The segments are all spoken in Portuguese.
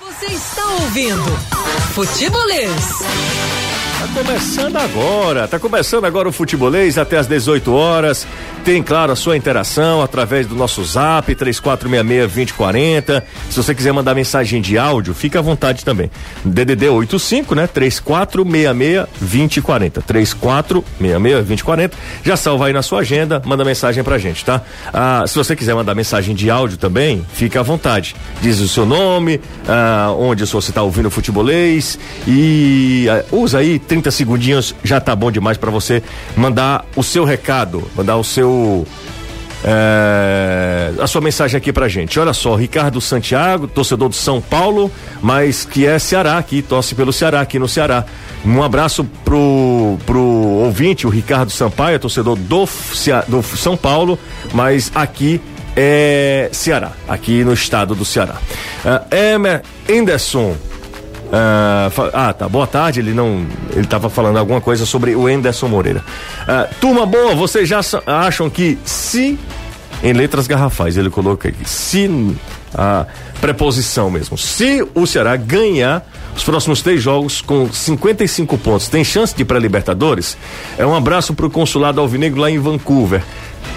Você está ouvindo Futebolês. Tá começando agora, tá começando agora o Futebolês até às 18 horas. Tem, claro, a sua interação através do nosso zap 3466-2040. Se você quiser mandar mensagem de áudio, fica à vontade também. DDD 85, né? 3466-2040. 3466-2040. Já salva aí na sua agenda, manda mensagem pra gente, tá? Ah, se você quiser mandar mensagem de áudio também, fica à vontade. Diz o seu nome, ah, onde você está ouvindo o futebolês e ah, usa aí 30 segundinhos, já tá bom demais para você mandar o seu recado, mandar o seu é, a sua mensagem aqui pra gente. Olha só, Ricardo Santiago, torcedor do São Paulo, mas que é Ceará aqui, torce pelo Ceará aqui no Ceará. Um abraço pro, pro ouvinte, o Ricardo Sampaio, torcedor do, Cea- do São Paulo, mas aqui é Ceará, aqui no estado do Ceará. É, Emer Anderson, ah, fa- ah, tá. Boa tarde. Ele não. Ele tava falando alguma coisa sobre o Enderson Moreira. Ah, turma boa, vocês já sa- acham que se. Em letras garrafais, ele coloca aqui. Se. A preposição mesmo. Se o Ceará ganhar os próximos três jogos com 55 pontos, tem chance de ir pra Libertadores? É um abraço pro consulado Alvinegro lá em Vancouver.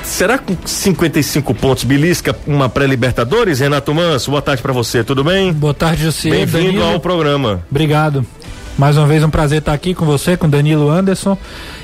Será que com 55 pontos belisca uma pré-Libertadores? Renato Manso, boa tarde pra você, tudo bem? Boa tarde, José. Bem-vindo ao programa. Obrigado. Mais uma vez um prazer estar aqui com você, com Danilo Anderson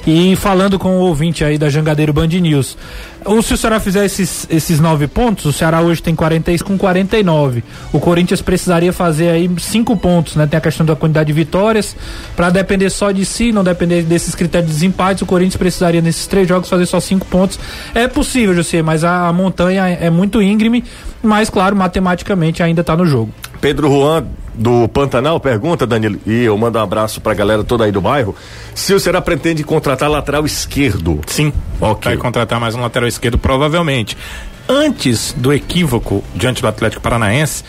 e falando com o ouvinte aí da Jangadeiro Band News. Ou se o Ceará fizer esses, esses nove pontos, o Ceará hoje tem 46 com 49. O Corinthians precisaria fazer aí cinco pontos, né? Tem a questão da quantidade de vitórias. Para depender só de si, não depender desses critérios de desempates, o Corinthians precisaria nesses três jogos fazer só cinco pontos. É possível, José, mas a, a montanha é é muito íngreme, mas claro, matematicamente ainda está no jogo. Pedro Juan do Pantanal pergunta, Danilo, e eu mando um abraço pra galera toda aí do bairro, se o Ceará pretende contratar lateral esquerdo. Sim. Ok. Vai contratar mais um lateral esquerdo, provavelmente. Antes do equívoco diante do Atlético Paranaense,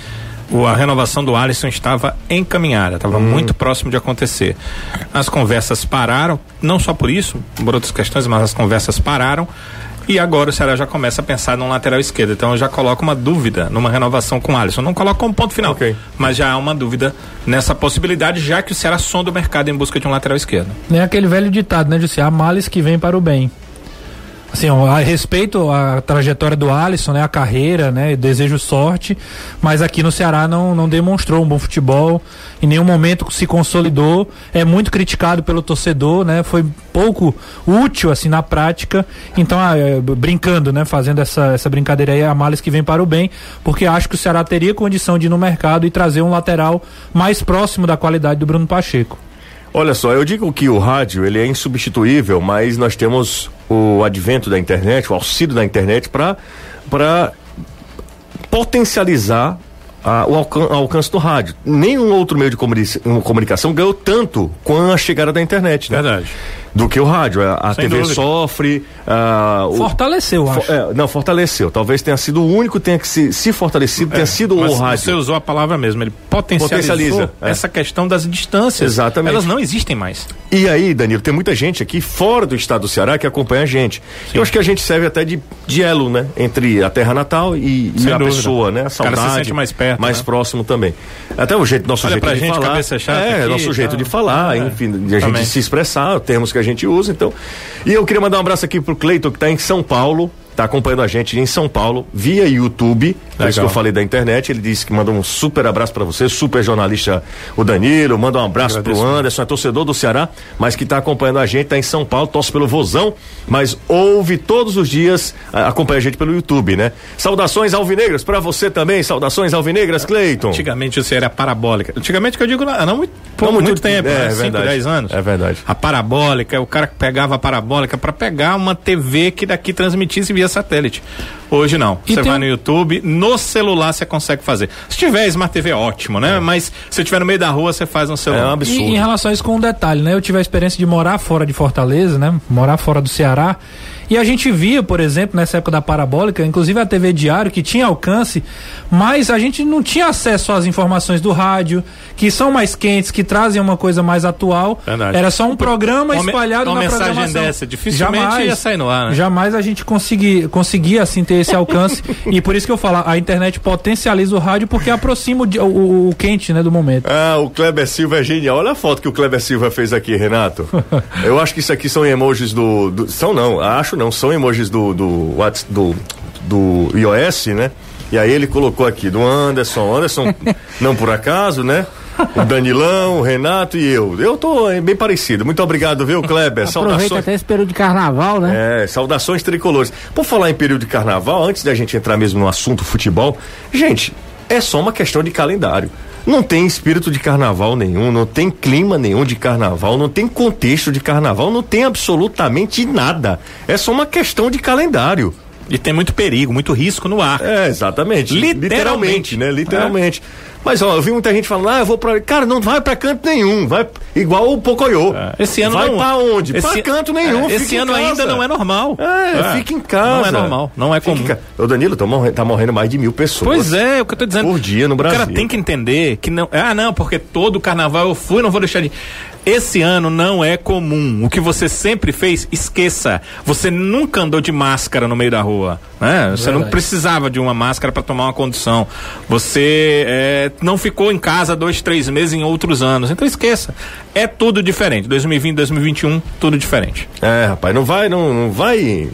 o- a renovação do Alisson estava encaminhada, Hum. estava muito próximo de acontecer. As conversas pararam, não só por isso, por outras questões, mas as conversas pararam. E agora o Ceará já começa a pensar num lateral esquerdo. Então eu já coloco uma dúvida numa renovação com o Alisson. Não coloco um ponto final, Ok. mas já há uma dúvida nessa possibilidade, já que o Ceará sonda o mercado em busca de um lateral esquerdo. É aquele velho ditado, né, José? Há males que vem para o bem. Assim, ó, a respeito a trajetória do Alisson, né, a carreira, né, desejo sorte, mas aqui no Ceará não, não demonstrou um bom futebol, em nenhum momento se consolidou, é muito criticado pelo torcedor, né, foi pouco útil, assim, na prática, então, ah, é, b- brincando, né, fazendo essa, essa brincadeira aí, a males que vem para o bem, porque acho que o Ceará teria condição de ir no mercado e trazer um lateral mais próximo da qualidade do Bruno Pacheco. Olha só, eu digo que o rádio ele é insubstituível, mas nós temos o advento da internet, o auxílio da internet para para potencializar ah, o alcan- alcance do rádio. Nenhum outro meio de comuni- um, comunicação ganhou tanto com a chegada da internet, né? Verdade. Do que o rádio. A, a Sem TV dúvida. sofre. ah, o- Fortaleceu, acho. Fo- é, não, fortaleceu. Talvez tenha sido o único que tenha que se, se fortalecido, tenha sido É, Mas o rádio. Você usou a palavra mesmo, ele potencializou Potencializa, é. essa questão das distâncias. Exatamente. Elas não existem mais. E aí, Danilo, tem muita gente aqui fora do estado do Ceará que acompanha a gente. Eu acho que a gente serve até de, de elo, né? Entre a terra natal e, e Sem a dúvida. pessoa, né? A O cara se saudade. sente mais perto, Mais né? próximo também. Até o jeito, nosso Olha jeito pra de gente, falar. cabeça chata é, aqui nosso e jeito tal. de falar, É. enfim, de a Também. gente se expressar, termos que a gente usa, então. E eu queria mandar um abraço aqui pro Cleiton, que tá em São Paulo, tá acompanhando a gente em São Paulo, via YouTube. Por isso que eu Legal. falei da internet, ele disse que manda um super abraço pra você, super jornalista o Danilo, manda um abraço pro Agradeço. Anderson, é torcedor do Ceará, mas que tá acompanhando a gente, tá em São Paulo, torce pelo Vozão, mas ouve todos os dias, a- acompanha a gente pelo YouTube, né? Saudações alvinegras pra você também, saudações alvinegras, Cleiton. Antigamente isso era parabólica. Antigamente que eu digo, não, não muito, Não muito, muito- tempo, é, é né? 5, verdade. 10 anos. É verdade. A parabólica, o cara que pegava a parabólica para pegar uma TV que daqui transmitisse via satélite. Hoje não. E você tem vai um- no YouTube, no celular você consegue fazer. Se tiver Smart TV, ótimo, né? Mas se tiver no meio da rua, você faz É no um celular. absurdo. E em relação a isso com um detalhe, né? Eu tive a experiência de morar fora de Fortaleza, né? Morar fora do Ceará. E a gente via, por exemplo, nessa época da parabólica, inclusive a TV Diário, que tinha alcance, mas a gente não tinha acesso às informações do rádio, que são mais quentes, que trazem uma coisa mais atual. Verdade. Era só um programa Uma me- espalhado uma na mensagem programação. dessa dificilmente ia sair no ar, né? Jamais a gente consegui, conseguia, assim, ter esse alcance. e por isso que eu falo, a internet potencializa o rádio porque aproxima o, di- o- o- o quente, né, do momento. Ah, o Kleber Silva é genial. Olha a foto que o Kleber Silva fez aqui, Renato. Eu acho que isso aqui são emojis do. do- são não, acho não, são emojis do, do, Whats- do, do iOS, né? E aí ele colocou aqui do Anderson, Anderson, não por acaso, né? O Danilão, o Renato e eu. Eu tô eh, bem parecido. Muito obrigado, viu, Kleber? Aproveita até esse período de carnaval, né? Então É, saudações tricolores. Por falar em período de carnaval, antes da gente entrar mesmo no assunto futebol, gente, é só uma questão de calendário. Não tem espírito de carnaval nenhum, não tem clima nenhum de carnaval, não tem contexto de carnaval, não tem absolutamente nada. É só uma questão de calendário. E tem muito perigo, muito risco no ar. É, exatamente. Literalmente. né? Literalmente. Mas ó, eu vi muita gente falando, ah, eu vou pra. Cara, não vai pra canto nenhum. Vai igual o Pocoyo. É. Esse ano vai não. pra onde? Esse- pra canto nenhum. é, Esse fica em ano casa. ainda não é normal. É, fica em casa. Não é normal, não é Fica em comum. ca- Ô Danilo, tá morrendo, tá morrendo mais de mil pessoas. Pois é, é o que eu tô dizendo. Por dia no O cara Brasil. tem que entender que não. Ah, não, porque todo carnaval eu fui, não vou deixar de. Esse ano não é comum. O que você sempre fez, esqueça. Você nunca andou de máscara no meio da rua. Né? Você não precisava de uma máscara para tomar uma condição. Você é, não ficou em casa dois, três meses em outros anos. Então esqueça. É tudo diferente. 2020, 2021, tudo diferente. É, rapaz, não vai, não, não vai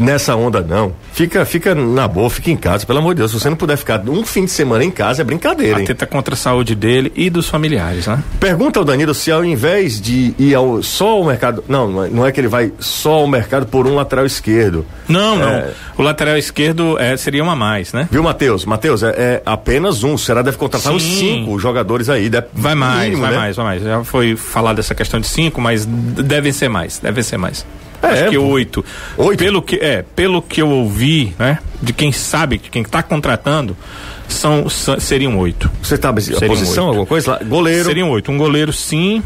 nessa onda, não. Fica, fica na boa, fica em casa, pelo amor de Deus. Se você não puder ficar um fim de semana em casa, é brincadeira, hein? Atenta contra a saúde dele e dos familiares, né? Pergunta ao Danilo se ao invés de ir ao, só ao mercado. Não, não é- não é que ele vai só ao mercado por um lateral esquerdo. Não, É. não. O lateral esquerdo é, seria uma a mais, né? Viu, Matheus? Matheus, é, é apenas um. Será deve contratar uns Sim. cinco jogadores aí. deve- Vai mais, mínimo, vai né? mais, vai mais. Já foi falado essa questão de cinco, mas d- devem ser mais, devem ser mais. É, Acho que pô. oito. Oito? Pelo que, é, pelo que eu ouvi, né? De quem sabe, de quem está contratando, são, são- seriam oito. Você tá, mas a Seriam posição, oito. alguma coisa? Lá- Goleiro. Seriam oito. Um goleiro, sim.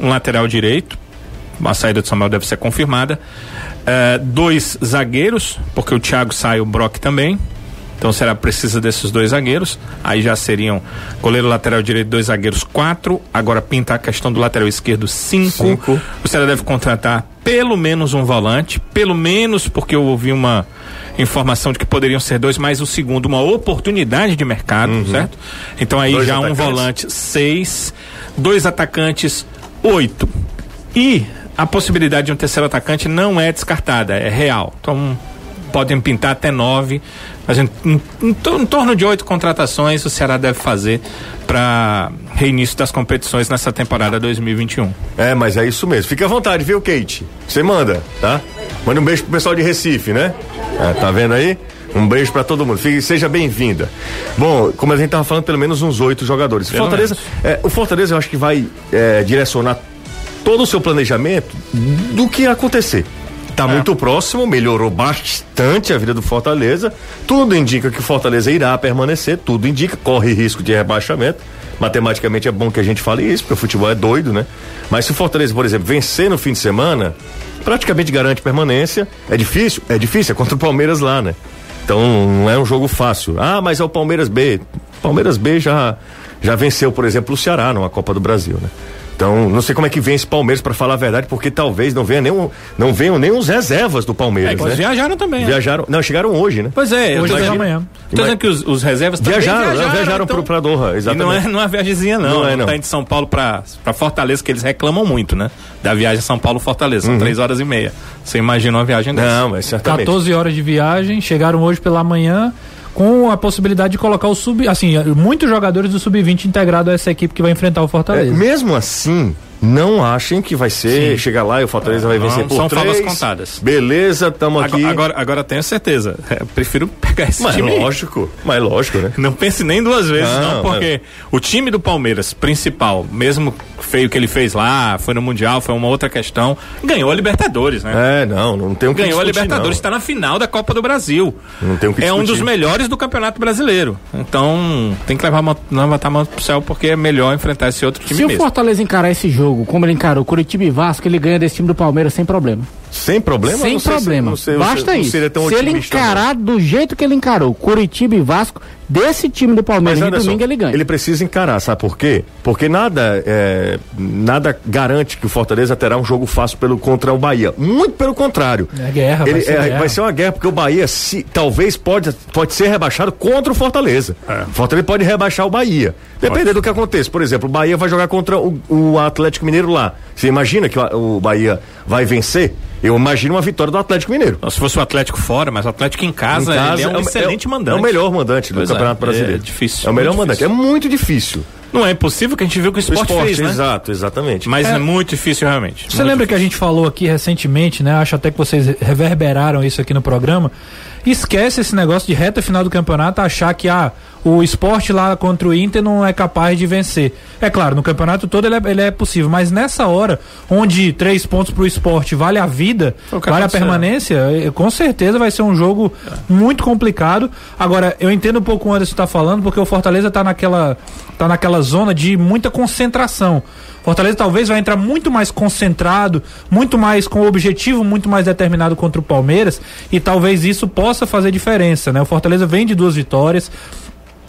Um lateral direito. A saída do Samuel deve ser confirmada. Eh, dois zagueiros, porque o Thiago sai, o Brock também. Então será precisa desses dois zagueiros. Aí já seriam goleiro, lateral direito, dois zagueiros, quatro. Agora pinta a questão do lateral esquerdo, cinco. Cinco. O Ceará deve contratar pelo menos um volante, pelo menos porque eu ouvi uma informação de que poderiam ser dois, mas o segundo, uma oportunidade de mercado, Uhum. certo? Então aí Dois já atacantes. um volante, seis, dois atacantes, oito. E a possibilidade de um terceiro atacante não é descartada, é real. Então podem pintar até nove. Mas em, em- em tor- em torno de oito contratações o Ceará deve fazer para reinício das competições nessa temporada 2021. É, mas é isso mesmo. Fica à vontade, viu, Kate? Você manda, tá? Manda um beijo pro pessoal de Recife, né? É, tá vendo aí? Um beijo pra todo mundo. Fique- seja bem-vinda. Bom, como a gente tava falando, pelo menos uns oito jogadores. Pelo Fortaleza, é, o Fortaleza eu acho que vai é, direcionar todo o seu planejamento do que acontecer. Tá muito próximo, melhorou bastante a vida do Fortaleza. Tudo indica que o Fortaleza irá permanecer, tudo indica, corre risco de rebaixamento. Matematicamente é bom que a gente fale isso, porque o futebol é doido, né? Mas se o Fortaleza, por exemplo, vencer no fim de semana, praticamente garante permanência. É difícil? É difícil, é contra o Palmeiras lá, né? Então não é um jogo fácil. Ah, mas é o Palmeiras B. Palmeiras B já, já venceu, por exemplo, o Ceará numa Copa do Brasil, né? Então, não sei como é que vence o Palmeiras, pra falar a verdade, porque talvez não venha nenhum, não venham nem os reservas do É, Palmeiras, né? viajaram também. Viajaram, não, chegaram hoje, né? Pois é, Hoje eu pela imagino- manhã. Tô dizendo que os, os reservas também Viajaram, né? viajaram, então- pro, pra Doha, E não exatamente. é, não é viagemzinha, não. Não é, não. Tá indo de São Paulo pra, pra Fortaleza, que eles reclamam muito, né? Da viagem São Paulo-Fortaleza. São três horas e meia. Você imagina uma viagem dessa. Uhum. Não, mas certamente. 14 horas de viagem, chegaram hoje pela manhã com a possibilidade de colocar o sub, assim, muitos jogadores do sub-20 integrado a essa equipe que vai enfrentar o É, Fortaleza. mesmo assim, não achem que vai ser chegar lá e o Fortaleza vai vencer Não, por são três. favas contadas. Beleza, tamo aqui. Agora, agora, agora eu tenho certeza. Eu prefiro pegar esse mas time. É. aí. lógico, mas lógico, né? Não pense nem duas vezes, Não, não, porque o time do Palmeiras, principal, mesmo feio que ele fez lá, foi no Mundial, foi uma outra questão, ganhou a Libertadores, né? É, não, não tem o que Ganhou a discutir, Libertadores, está na final da Copa do Brasil. Não tem o que é um discutir. dos melhores do Campeonato Brasileiro. Então, tem que levar a mão- levantar a mão pro céu, porque é melhor enfrentar esse outro time Se o mesmo. Fortaleza encarar esse jogo, como ele encarou Curitiba e Vasco, ele ganha desse time do Palmeiras sem problema. Sem problema? Sem Não sei se- problema. não sei- não Basta sei- não isso. seria tão se ele otimista, não. encarar do jeito que ele encarou Curitiba e Vasco, desse time do Palmeiras, Mas, de Anderson, domingo ele ganha. precisa encarar, sabe por quê? Porque nada, é, nada garante que o Fortaleza terá um jogo fácil pelo contra o Bahia. Muito pelo contrário. É guerra, vai Ele- ser é, guerra. vai ser uma guerra, porque o Bahia se, talvez pode, pode ser rebaixado contra o Fortaleza. O Fortaleza pode rebaixar o Bahia. Dependendo do que aconteça. Por exemplo, o Bahia vai jogar contra o, o Atlético Mineiro lá. Você imagina que o, o Bahia vai vencer? Eu imagino uma vitória do Atlético Mineiro. Se fosse o Atlético fora, mas o Atlético em casa, Em ele é um o- excelente é o- mandante. É o melhor mandante do Pois é, Campeonato é Brasileiro. difícil, É o melhor muito mandante. difícil. É muito difícil. Não é impossível que a gente viu que o O esporte, fez, né? Exato, exatamente. Mas é. muito difícil realmente. Você Muito lembra que a difícil. gente falou aqui recentemente, né? Acho até que vocês reverberaram isso aqui no programa. Esquece esse negócio de reta final do campeonato achar que ah, o esporte lá contra o Inter não é capaz de vencer. É claro, no campeonato todo ele é, ele é possível, mas nessa hora, onde três pontos pro esporte vale a vida, o que vale a aconteceu. permanência, eh, com certeza vai ser um jogo muito complicado. Agora, eu entendo um pouco o Anderson tá falando, porque o Fortaleza tá naquela, tá naquela zona de muita concentração. Fortaleza talvez vai entrar muito mais concentrado, muito mais com o objetivo muito mais determinado contra o Palmeiras, e talvez isso possa fazer diferença, né? O Fortaleza vem de duas vitórias,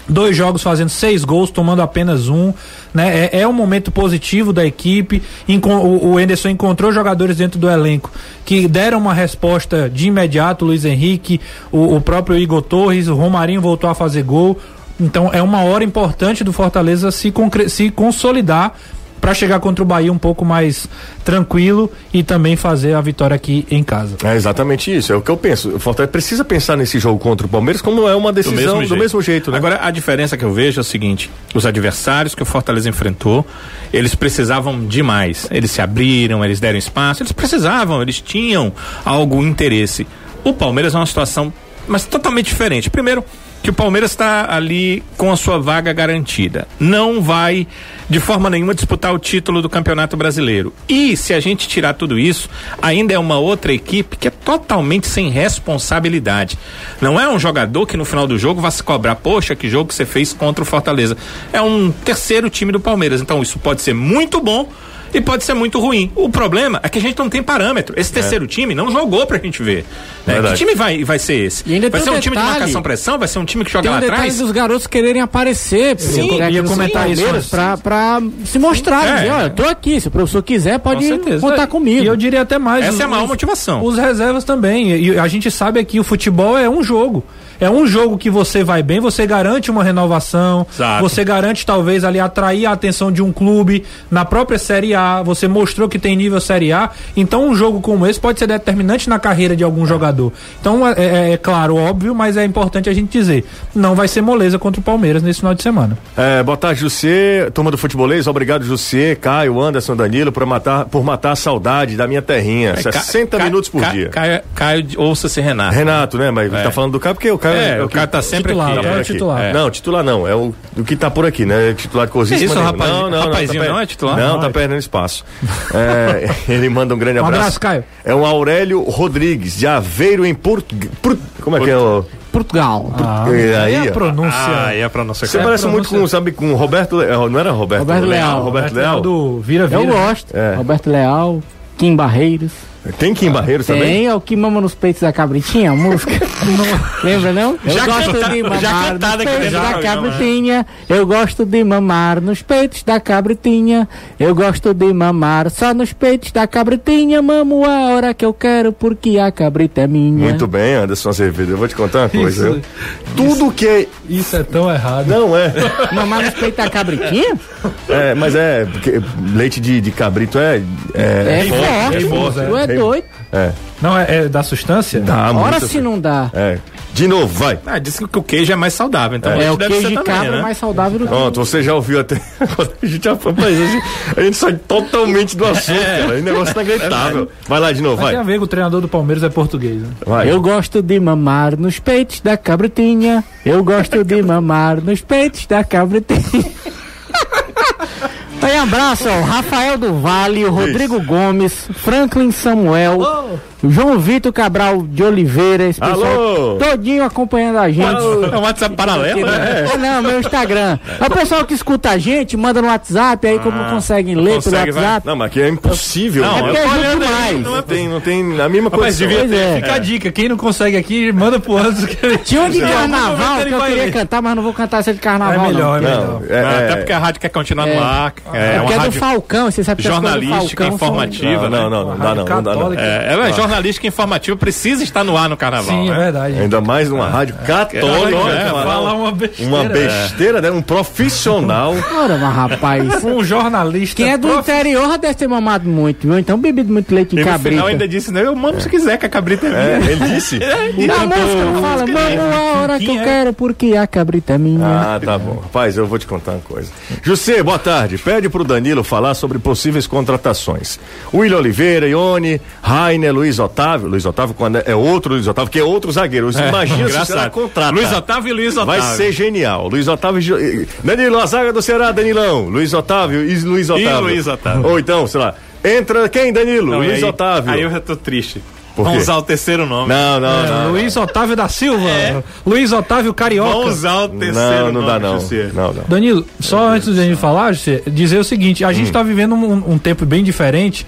dois jogos fazendo seis gols, tomando apenas um, né? É, é um momento positivo da equipe. Enco- o, o Enderson encontrou jogadores dentro do elenco que deram uma resposta de imediato, Luiz Henrique, o, o próprio Igor Torres, o Romarinho voltou a fazer gol. Então é uma hora importante do Fortaleza se, concre- se consolidar para chegar contra o Bahia um pouco mais tranquilo e também fazer a vitória aqui em casa. É exatamente isso, é o que eu penso. O Fortaleza precisa pensar nesse jogo contra o Palmeiras como é uma decisão do mesmo jeito, né? Agora, a diferença que eu vejo é o seguinte: os adversários que o Fortaleza enfrentou, eles precisavam demais. Eles se abriram, eles deram espaço, eles precisavam, eles tinham algo interesse. O Palmeiras é uma situação, mas totalmente diferente. Primeiro, que o Palmeiras está ali com a sua vaga garantida. Não vai, de forma nenhuma, disputar o título do Campeonato Brasileiro. E, se a gente tirar tudo isso, ainda é uma outra equipe que é totalmente sem responsabilidade. Não é um jogador que no final do jogo vai se cobrar, poxa, que jogo que você fez contra o Fortaleza. É um terceiro time do Palmeiras. Então, isso pode ser muito bom. E pode ser muito ruim. O problema é que a gente não tem parâmetro. Esse terceiro time não jogou pra gente ver. né? Que Verdade. time vai, vai ser esse? E ainda vai tem ser um um time de detalhe. marcação pressão? Vai ser um time que joga Tem um lá detalhe atrás? dos garotos quererem aparecer. Sim, pro- eu ia pro comentar Palmeiras isso, Pra, pra se mostrar, É. dizer, olha, tô aqui, se o professor quiser, pode Com certeza. contar comigo. E eu diria até mais. Essa é a maior motivação. Os reservas também. E e a gente sabe aqui, o futebol é um jogo. É um jogo que você vai bem, você garante uma renovação, Exato. você garante talvez ali atrair a atenção de um clube na própria Série A, você mostrou que tem nível Série A, então um jogo como esse pode ser determinante na carreira de algum jogador. Então é, é- é claro, óbvio, mas é importante a gente dizer, não vai ser moleza contra o Palmeiras nesse final de semana. É, boa tarde, Jussier, turma do futebolês, obrigado, Jussier, Caio, Anderson, Danilo, por matar, por matar a saudade da minha terrinha. É, Ca- 60 Ca- minutos por Ca- dia. Caio, Caio de- ouça-se Renato. Renato, né? Mas É. tá falando do Caio porque o Caio É, o que Caio tá sempre Titular, tá aqui. é por o aqui. titular. É. Não, titular não, é o, o que tá por aqui, né? Titular de Que Cozinha. isso, rapaz- não, não, rapazinho tá per- não é titular? Não, tá Não. perdendo espaço. É, ele manda um grande Um abraço. abraço, Caio. É um Aurélio Rodrigues, de Aveiro em Porto. Por- Como é que é o. Portugal. E aí, é a ó. pronúncia. Ah, e é pra nossa Você cara. parece muito pronúncia- com, sabe, com o Roberto Leal. Não era Roberto, Roberto Leal. Roberto Leal. É do Vira Vira. Eu gosto. É. Roberto Leal, Kim Barreiros. Tem Kim Barreiros Tá também? Tem, é o que mama nos peitos da cabritinha, a música. Não- Lembra, não? Eu Já gosto canta- de já mamar cantada nos aqui peitos dentro do da programa, né? cabritinha. Eu gosto de mamar nos peitos da cabritinha. Eu gosto de mamar só nos peitos da cabritinha. Mamo a hora que eu quero, porque a cabrita é minha. Muito bem, Anderson Azevedo. Eu vou te contar uma coisa. Isso. viu? Tudo que. Isso é tão errado. Não é. Mamar nos peitos da cabritinha? é mas é. Porque leite de, de cabrito é. É, É. forte. forte, Tu é. é doido. é. Não, é, é da substância? Dá tá Ora muito. se não dá. É. De novo, vai. Ah, disse que o queijo é mais saudável, então É, leite o deve queijo ser de também, cabra né? é mais saudável do que Pronto, você já ouviu até. a gente já foi pra isso. A gente, a gente sai totalmente do assunto, cara. O negócio tá inacreditável. Vai lá de novo, Mas Tem a vai. ver que o treinador do Palmeiras é português. Né? vai. Eu gosto de mamar nos peitos da cabritinha. Eu gosto de mamar nos peitos da cabritinha. Aí abraço ao Rafael do Vale, o Rodrigo Gomes, Franklin Samuel, João Vitor Cabral de Oliveira, esse Alô! pessoal todinho acompanhando a gente. É um WhatsApp paralelo, né? É, não, meu Instagram. É o pessoal que escuta a gente, manda no WhatsApp, aí como não conseguem ler consegue, pelo vai. WhatsApp. Não, mas aqui é impossível. Não, É mano. porque é junto Não demais. tem, não tem a mesma Mas coisa. devia Pois ter é. Fica a dica, quem não consegue aqui, manda pro Anderson. que- Tinha um de Não, algum carnaval momento que ele eu vai queria ler. cantar, mas não vou cantar esse de carnaval. É melhor, é não. Não, melhor. é, Ah, é, Até porque a rádio quer continuar É. no ar. É, É uma porque é do rádio Falcão, você sabe que as coisas do jornalística, Falcão são- não, informativa. né? não, não, não dá não, não dá não. Católica. É, ela é jornalística informativa, precisa estar no ar no carnaval. Sim, é né? verdade. Ainda mais numa rádio católica. É, mano. falar uma besteira. Uma besteira, né? Um profissional. Ora, mas rapaz. Um jornalista. Quem é do prof- interior deve ter mamado muito, viu? Então bebido muito leite E de no final cabrita. ainda disse, né? Eu mamo se quiser, que a cabrita é minha. É, ele disse. Na música fala, mano, a hora que eu quero, porque a cabrita é minha. Ah, tá bom. Rapaz, eu vou te contar uma coisa. José, boa tarde. Pede pro Danilo falar sobre possíveis contratações. William Oliveira, Ione, Rainer, Luiz Otávio. Luiz Otávio quando é- é outro Luiz Otávio, que é outro zagueiro. Imagina se o Ceará Engraçado. contrata. Luiz Otávio e Luiz Vai Otávio. ser genial. Luiz Otávio. e Jo- e- Danilo, a zaga do Ceará, Danilão. Luiz Otávio e Luiz Otávio. Luiz Otávio. Ou então, sei lá. Entra quem, Danilo? Não, e Luiz aí- Otávio. Aí eu já tô triste. Por Vão quê? usar o terceiro nome. Não, não, É, não. Luiz Otávio da Silva. É. Luiz Otávio Vão Carioca. usar o terceiro Não, nome. não dá não. José. Não, não. Danilo, só antes de a gente falar, José, dizer o seguinte: a Hum. gente está vivendo um, um tempo bem diferente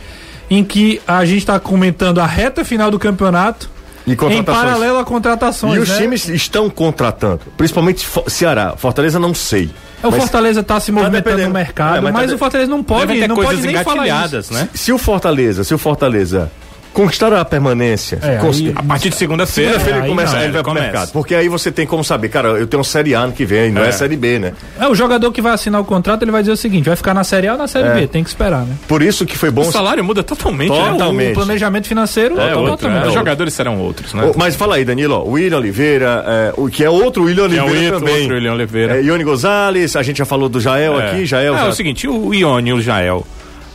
em que a gente está comentando a reta final do campeonato E em contratações. paralelo a contratações. E os né? times estão contratando, principalmente Fo- Ceará. Fortaleza não sei. É, O Mas Fortaleza está tá se movimentando dependendo. no mercado, É, mas mas, tá de- o Fortaleza não Devem pode, ter não pode coisas nem falar isso. engatilhadas, né? Se o Fortaleza, se o Fortaleza conquistar a permanência, É, cons- aí- A partir de segunda-feira. Segunda-feira É, ele aí começa, não, ele ele vai pro começa. mercado. Porque aí você tem como saber, cara, eu tenho Série A ano que vem, não é, É. Série B, né? É, o jogador que vai assinar o contrato, ele vai dizer o seguinte: vai ficar na Série A ou na Série É. B, tem que esperar, né? Por isso que foi bom. O salário muda totalmente, né? Total. Totalmente. O planejamento financeiro É, total- outro, Outro, né? totalmente. Os jogadores serão outros, né? Oh, Mas fala aí, Danilo, ó, William Oliveira, é, o que é outro William Que é o Oliveira outro- também. outro William Oliveira. É, Ione Gonzalez, a gente já falou do Jael aqui, Jael. é, já- o seguinte, o Ione e o Jael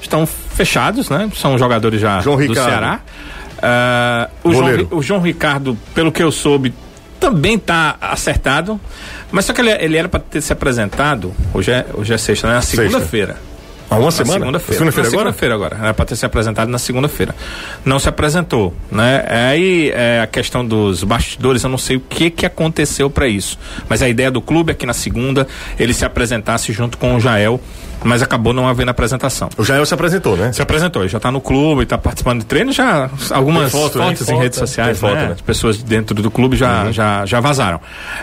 estão fechados, né? São jogadores já João do Ricardo. Ceará. Ah, o, João, Goleiro. Ri- o João Ricardo, pelo que eu soube, também tá acertado. Mas só que ele, ele era para ter se apresentado, hoje é, hoje é sexta, né? Na Sexta. segunda-feira. Há uma Na semana? segunda-feira. Segunda-feira Na agora? segunda-feira agora. Era pra ter se apresentado na segunda-feira. Não se apresentou, né? Aí é, a questão dos bastidores, eu não sei o que que aconteceu pra isso. Mas a ideia do clube é que na segunda ele se apresentasse junto com o Jael, mas acabou não havendo apresentação. O Jael se apresentou, né? Se apresentou, ele já tá no clube, tá participando de treino, já algumas Tem foto, né? fotos Tem em foto, redes sociais, tem foto, né? né? Uhum. As pessoas dentro do clube já, já, já vazaram.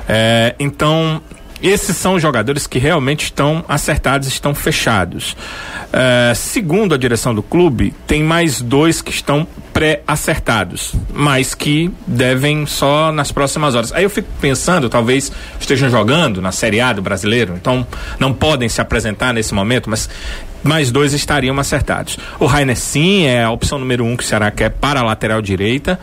É, então, esses são os jogadores que realmente estão acertados, estão fechados. É, segundo a direção do clube, tem mais dois que estão pré-acertados, mas que devem só nas próximas horas. Aí eu fico pensando, talvez estejam jogando na Série A do brasileiro, então não podem se apresentar nesse momento, mas mais dois estariam acertados. O Rainer sim é a opção número um que o Ceará quer para a lateral direita.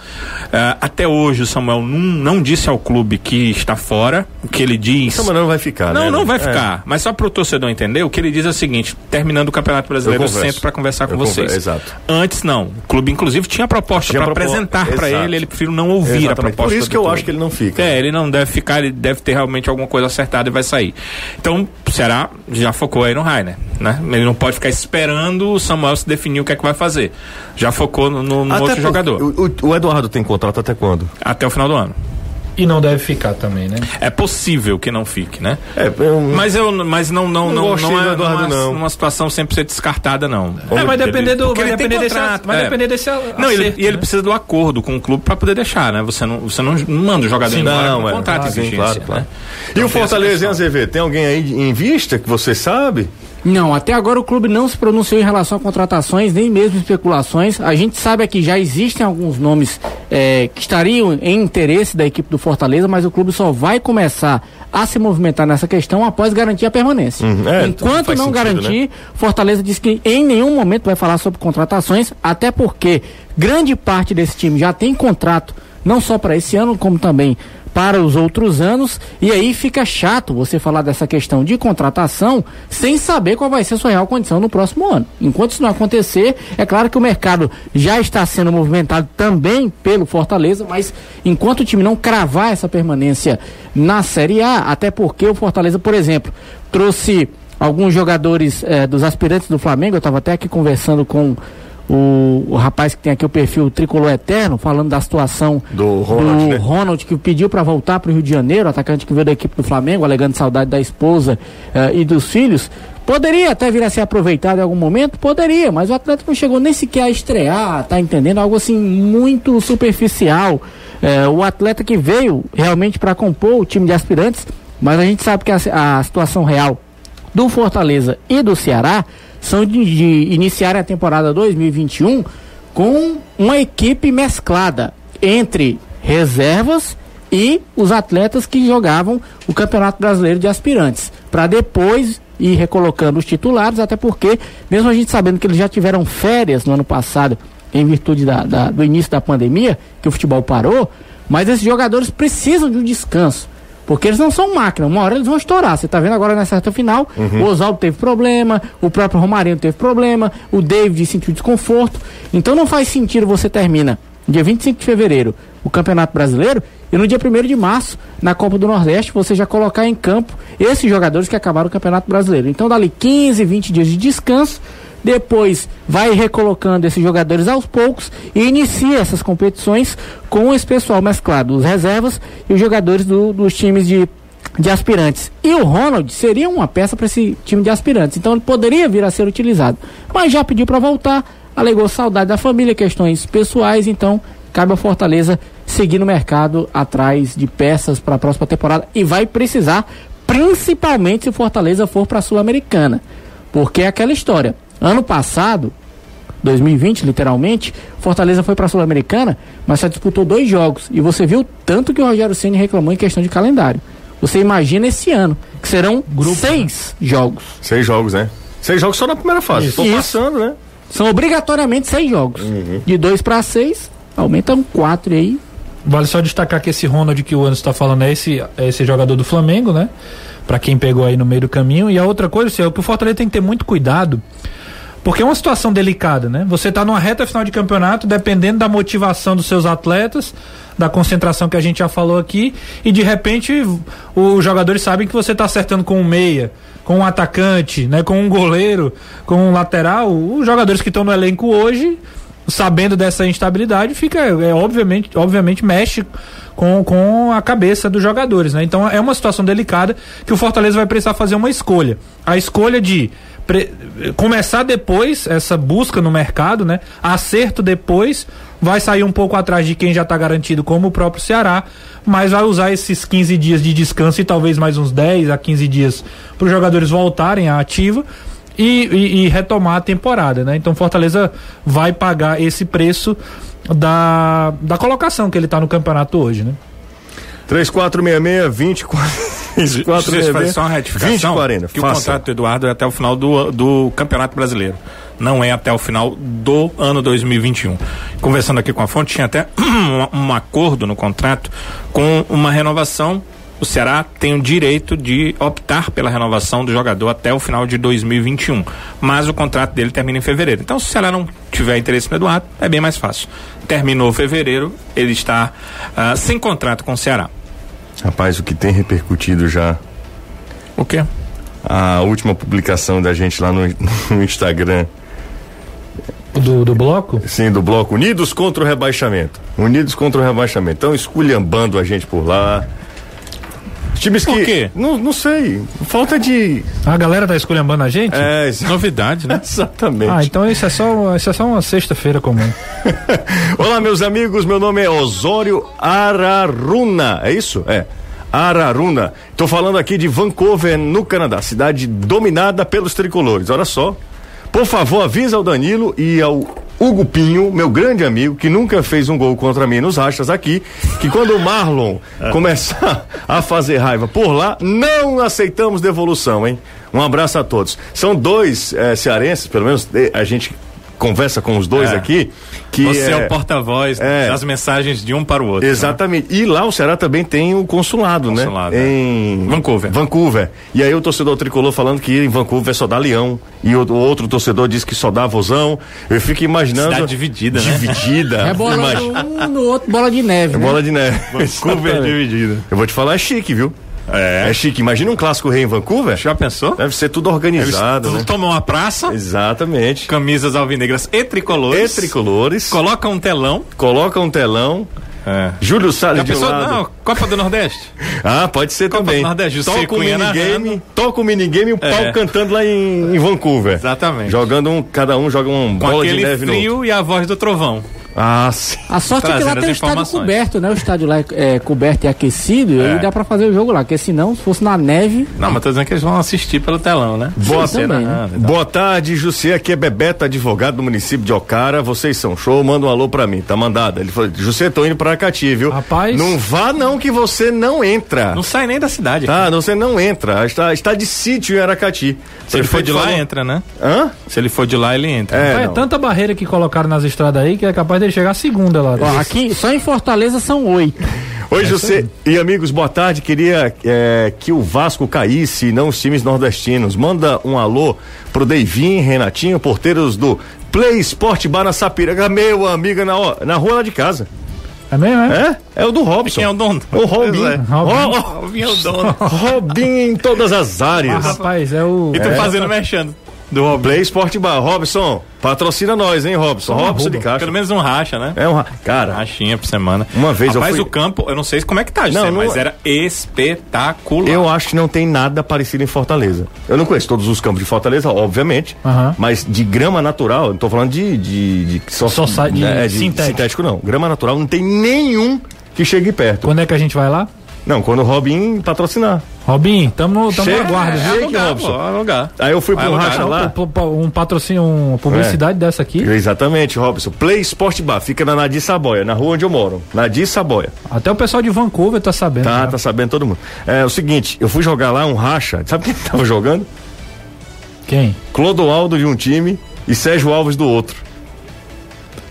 Ah, até hoje o Samuel não, não disse ao clube que está fora. O que ele diz. Não, mas não vai ficar, né? Não, não vai É. ficar. Mas só para o torcedor entender, o que ele diz é o seguinte: terminando o Campeonato Brasileiro, Eu eu, converso. sento para conversar com Eu vocês. converso, exato. Antes não. O clube, inclusive, tinha proposta Tinha para proposta, apresentar para exato. ele. Ele preferiu não ouvir a Exatamente. proposta. Por isso do que eu clube. acho que ele não fica. É, ele não deve ficar, ele deve ter realmente alguma coisa acertada e vai sair. Então, o Ceará já focou aí no Rainer, né? Ele não pode ficar esperando o Samuel se definir o que é que vai fazer. Já focou no, no- no Até Um outro porque jogador. O, o- o Eduardo tem contrato até quando? Até o final do ano. E não deve ficar também, né? É possível que não fique, né? É, eu, Mas eu mas não não Não não, gostei não do é Eduardo, não é não. uma situação sempre ser descartada não. É, vai depender do. Porque Vai ele tem depender desse, contrato, vai é. depender desse. Não, ele, acerto, e ele né? precisa do acordo com o clube para poder deixar, né? Você não, você não manda o jogador embora não, com é. um contrato Ah, em sim, vigência, claro, claro. né? E o tem essa Fortaleza, hein, questão. AZV? Tem alguém aí em vista que você sabe? Não, até agora o clube não se pronunciou em relação a contratações, nem mesmo especulações. A gente sabe que já existem alguns nomes eh, que estariam em interesse da equipe do Fortaleza, mas o clube só vai começar a se movimentar nessa questão após garantir a permanência. Uhum, é, não Enquanto faz não sentido, garantir, Fortaleza diz que em nenhum momento vai falar sobre contratações, até porque grande parte desse time já tem contrato, não só para esse ano, como também para os outros anos, e aí fica chato você falar dessa questão de contratação sem saber qual vai ser a sua real condição no próximo ano. Enquanto isso não acontecer, é claro que o mercado já está sendo movimentado também pelo Fortaleza, mas enquanto o time não cravar essa permanência na Série A, até porque o Fortaleza, por exemplo, é, trouxe alguns jogadores eh, dos aspirantes do Flamengo, eu estava até aqui conversando com o, o rapaz que tem aqui o perfil Tricolor Eterno, falando da situação Do Ronald, né? Ronald, que pediu para voltar para o Rio de Janeiro, atacante que veio da equipe do Flamengo, alegando saudade da esposa eh, e dos filhos. Poderia até vir a ser aproveitado em algum momento? Poderia, mas o Atlético não chegou nem sequer a estrear, tá entendendo? Algo assim muito superficial. Eh, o atleta que veio realmente para compor o time de aspirantes, mas a gente sabe que a si- a situação real do Fortaleza e do Ceará são de, de iniciar a temporada 2021 com uma equipe mesclada entre reservas e os atletas que jogavam o Campeonato Brasileiro de Aspirantes, para depois ir recolocando os titulares, até porque, mesmo a gente sabendo que eles já tiveram férias no ano passado, em virtude da- da- do início da pandemia, que o futebol parou, mas esses jogadores precisam de um descanso. Porque eles não são máquina, uma hora eles vão estourar. Você tá vendo agora nessa reta final, o Oswaldo teve problema, o próprio Romarinho teve problema, o David sentiu desconforto. Então não faz sentido você termina dia 25 de fevereiro o Campeonato Brasileiro e no dia 1 de março, na Copa do Nordeste, você já colocar em campo esses jogadores que acabaram o Campeonato Brasileiro. Então dali 15, 20 dias de descanso, depois vai recolocando esses jogadores aos poucos e inicia essas competições com esse pessoal mesclado, os reservas e os jogadores do- dos times de, de aspirantes. E o Ronald seria uma peça para esse time de aspirantes, então ele poderia vir a ser utilizado. Mas já pediu para voltar, alegou saudade da família, questões pessoais, então cabe ao Fortaleza seguir no mercado atrás de peças para a próxima temporada e vai precisar, principalmente se o Fortaleza for para a Sul-Americana. Porque é aquela história. Ano passado, 2020, literalmente, Fortaleza foi para a Sul-Americana, mas só disputou dois jogos. E você viu o tanto que o Rogério Ceni reclamou em questão de calendário. Você imagina esse ano, que serão né? seis jogos. Seis jogos, né? Seis jogos só na primeira fase. Tô Isso. passando, né? São obrigatoriamente seis jogos. De dois para seis, aumentam quatro aí. Vale só destacar que esse Ronald que o Anderson está falando é esse, é esse jogador do Flamengo, né? Pra quem pegou aí no meio do caminho. E a outra coisa, assim, é o que o Fortaleza tem que ter muito cuidado, porque é uma situação delicada, né? Você tá numa reta final de campeonato, dependendo da motivação dos seus atletas, da concentração que a gente já falou aqui, e de repente os jogadores sabem que você tá acertando com um meia, com um atacante, né? Com um goleiro, com um lateral. Os jogadores que estão no elenco hoje sabendo dessa instabilidade, fica, é, obviamente, obviamente mexe com, com a cabeça dos jogadores, né? Então é uma situação delicada que o Fortaleza vai precisar fazer uma escolha. A escolha de pre- começar depois essa busca no mercado, né? Acerto depois, vai sair um pouco atrás de quem já está garantido, como o próprio Ceará, mas vai usar esses 15 dias de descanso e talvez mais uns 10 a 15 dias para os jogadores voltarem à ativa e, e- e retomar a temporada, né? Então Fortaleza vai pagar esse preço da, da colocação que ele tá no campeonato hoje, né? 3466 24 Deixa eu fazer só uma retificação. 2040. que o faça. contrato do Eduardo é até o final do, do Campeonato Brasileiro. Não é até o final do ano 2021. Conversando aqui com a fonte, tinha até um, um acordo no contrato com uma renovação. O Ceará tem o direito de optar pela renovação do jogador até o final de 2021. Mas o contrato dele termina em fevereiro. Então, se o Ceará não tiver interesse no Eduardo, é bem mais fácil. Terminou fevereiro, ele está ah, sem contrato com o Ceará. Rapaz, o que tem repercutido já O quê? a última publicação da gente lá no, no Instagram, Do, do bloco? sim, do bloco Unidos contra o Rebaixamento. Unidos contra o Rebaixamento. Estão esculhambando a gente por lá. Os Times que. Por quê? Não, não sei. Falta de. A galera tá esculhambando a gente? É, ex- Novidade, né? exatamente. Ah, então isso é só, isso é só uma sexta-feira comum. Olá, meus amigos. Meu nome é Osório Araruna. É isso? É. Araruna. Tô falando aqui de Vancouver, no Canadá, cidade dominada pelos tricolores. Olha só. Por favor, avisa ao Danilo e ao Hugo Pinho, meu grande amigo, que nunca fez um gol contra mim nos rachas aqui, que quando o Marlon É. começar a fazer raiva por lá, não aceitamos devolução, hein? Um abraço a todos. São dois eh, cearenses, pelo menos eh, a gente conversa com os dois É. aqui, que Você é, é- o porta-voz é. das mensagens de um para o outro. né? Exatamente. E lá o Ceará também tem o consulado, Consulado, né? é. Em Vancouver. Vancouver. E aí o torcedor tricolor falando que em Vancouver só dá leão. E o, o outro torcedor diz que só dá vozão. Eu fico imaginando. Cidade dividida, né? Dividida. É bola Imagina. no um, no outro, bola de neve. É né? bola de neve. Vancouver Exatamente. dividida. Eu vou te falar, é chique, viu? É. chique. Imagina um clássico rei em Vancouver. Já pensou? Deve ser tudo Eles organizado, É, né? tomam uma praça, Exatamente. camisas alvinegras e E tricolores. tricolores. Coloca um telão. Coloca um telão. É. Júlio Salles Já de um pensou? lado. Não, Copa do Nordeste. Ah, pode ser Copa também. do Nordeste, José Toca o Cunha minigame, narrando. toca o minigame e o pau É. cantando lá em, em Vancouver. Exatamente. Jogando um, cada um joga um Com bola de aquele neve no outro. frio e a voz do trovão. Ah, sim. A sorte é que lá Trazendo tem o as estádio informações. É. coberto, né? O estádio lá é é coberto e aquecido, e aí dá pra fazer o jogo lá, porque senão, se fosse na neve, Não, mas tô dizendo que eles vão assistir pelo telão, né? Boa, Ah, Sim, também, né? Boa tarde, Jussê. Aqui é Bebeto, advogado do município de Ocara. Vocês são show, manda um alô pra mim. Tá mandada. Ele falou: Jussê, tô indo pra Aracati, viu? Rapaz. Não vá, não, que você não entra. Não sai nem da cidade. Tá, não, você não entra. Está, está de sítio em Aracati. Se ele for de lá, Falou- entra, né? Hã? Se ele for de lá, ele entra. É, É, não. tanta barreira que colocaram nas estradas aí que é capaz dele chegar a segunda lá. Ah, ó, aqui, só em Fortaleza são oito. É Oi, José e amigos, boa tarde. Queria eh, que o Vasco caísse e não os times nordestinos. Manda um alô pro Deivin, Renatinho, porteiros do Play Sport Bar na Sapiranga. Meu amigo, na, ho- na rua lá de casa. É mesmo, é? É? É o do Robson. Quem é o dono? O Robin. Pois é. Ó, Robin é o dono. ó, Robin em todas as Ah, áreas. rapaz, é o. E tu é. fazendo mexendo. Do Robin. Play Sport Bar. Robson, patrocina nós, hein, Robson? Robson de Castro. Pelo menos um racha, né? É um. ra- Cara, Rachinha por semana. Uma vez eu Rapaz, fui- o campo, eu não sei como é que tá, José, Não, não- mas era espetacular. Eu acho que não tem nada parecido em Fortaleza. Eu não conheço todos os campos de Fortaleza, obviamente. Aham. Mas de grama natural, eu não tô falando de. de, de só, Só sai de né, sintético. não. Grama natural não tem nenhum que chegue perto. Quando é que a gente vai lá? Não, quando o Robin patrocinar. Robin, tamo, tamo Chega. na guarda. É, viu? Jake alugar, Robson. pô, alugar. Aí eu fui pro alugar, racha não, lá. É. Pô, pô, Um patrocínio, uma publicidade dessa aqui. Exatamente, Robson. Play Sport Bar, fica na Nadir Saboia, na rua onde eu moro. Nadir Saboia. Até o pessoal de Vancouver tá sabendo. Tá, né? tá sabendo todo mundo. É o seguinte, eu fui jogar lá um racha. Sabe quem tava jogando? Quem? Clodoaldo de um time e Sérgio Alves do outro.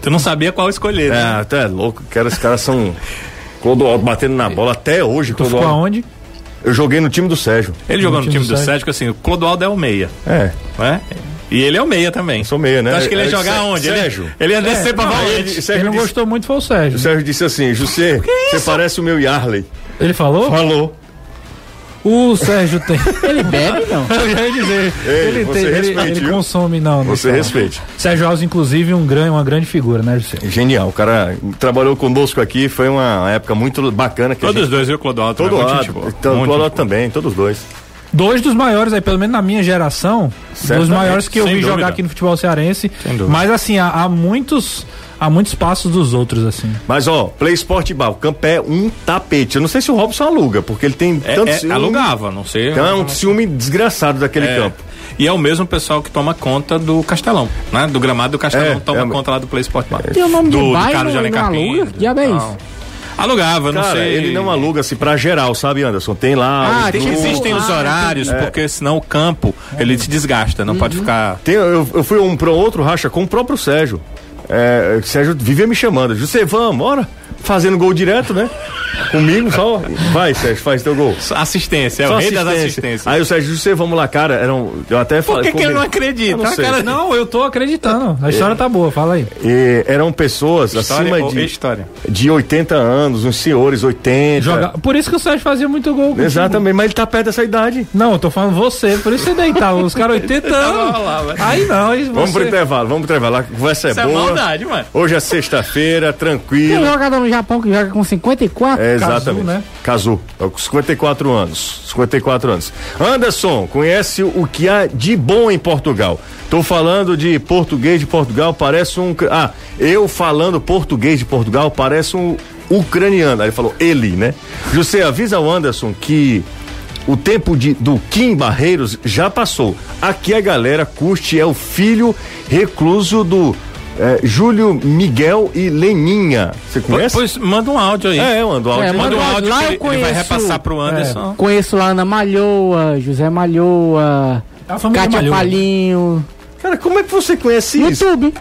Tu não sabia qual escolher, né? É, até é louco, cara, os caras são Clodoaldo batendo na bola até hoje. Tu ficou Clodoaldo. aonde? Eu joguei no time do Sérgio. Ele jogou no time time do do Sérgio. Sérgio, assim, o Clodoaldo é o meia, É. né? E ele é o meia também. sou meia, né? Tu acha que ele ia É, jogar Sé- onde? Ele- Sérgio. Ele ia descer pra Aí ele- valente. Sérgio Quem não disse, gostou muito foi o Sérgio. o Sérgio disse assim, José, você parece o meu Yarley. Ele falou? Falou. O Sérgio tem. Ele bebe, não. Eu já ia dizer. Ei, ele, você tem, ele- respeite, ele viu? consome, não. não Você fala. respeite. Sérgio Alves, inclusive, um grande, uma grande figura, né, José? Genial, o cara trabalhou conosco aqui, foi uma época muito bacana. Que a Todos os gente... dois, viu, Clodoaldo? Todo também, é muito gente lado. boa, Então, muito Clodoaldo gente boa. também, todos dois. Dois dos maiores aí, pelo menos na minha geração, dos Certamente, maiores que eu sem vi jogar dúvida. aqui no futebol cearense. Sem dúvida. Mas assim, há, há muitos. Há muitos passos dos outros, assim. Mas ó, Play Sport Bar, o campo é um tapete. Eu não sei se o Robson aluga, porque ele tem É, tanto é, ciúme. alugava, não sei. Então é um ciúme desgraçado daquele É. campo. E é o mesmo pessoal que toma conta do Castelão, né? Do gramado do Castelão É, toma é. conta lá do Play Sport Bar. Tem o nome do, do bairro é Carlos de e não Alencar aluga? Pinto. Que diabo é Não. isso? Alugava, não Cara, sei. ele não aluga assim pra geral, sabe, Anderson? Tem É lá. um né? É. Ah, os tem que grupos. existir Existem os Ah, horários, porque senão o campo, ele se desgasta, não Uhum. pode ficar... Tem- eu, eu fui um pro outro racha com o próprio Sérgio. É, o Sérgio vivia me chamando. José, vamos, bora. Fazendo gol direto, né? Comigo, só. Vai, Sérgio, faz teu gol. Assistência, é o Só rei das assistência. Ah, assistências. Aí o Sérgio, José, vamos lá, cara. Era um- eu até Por falei- que, que ele não combinei. acredita? Eu não Ah, sei. É. cara, Tá Não, eu tô acreditando. A história tá boa, fala aí. E eram pessoas História acima É ou de, história? de 80 anos, uns senhores, 80. Joga... Por isso que o Sérgio fazia muito gol. contigo. Exatamente, mas ele tá perto dessa idade. Não, eu tô falando você, por isso você deitava. Os caras 80 anos. Aí não, aí você... Vamos pro intervalo, vamos pro intervalo. A conversa é Isso é boa. maldade, mano. Hoje é sexta-feira, Tem um tranquilo. jogador no Japão que joga com 54? É, Cazu, exatamente. né? Cazu, tá com 54 anos. 54 anos. Anderson, conhece o que há de bom em Portugal? Tô falando de português de Portugal, parece um. cr- Ah, eu falando português de Portugal, parece um ucraniano. Aí ele falou, ele, né? José, avisa o Anderson que o tempo de, do Kim Barreiros já passou. Aqui a galera curte, é o filho recluso do. eh, Júlio Miguel e Leninha. Você conhece? Pois manda um áudio aí. É, eu ando áudio. É, Manda um Manda um áudio lá que eu ele, ele vai conheço. repassar pro É. Anderson. Conheço lá Ana Malhoa, José Malhoa, A família Cátia Malhoa. Palinho, Cara, como é que você conhece isso? YouTube.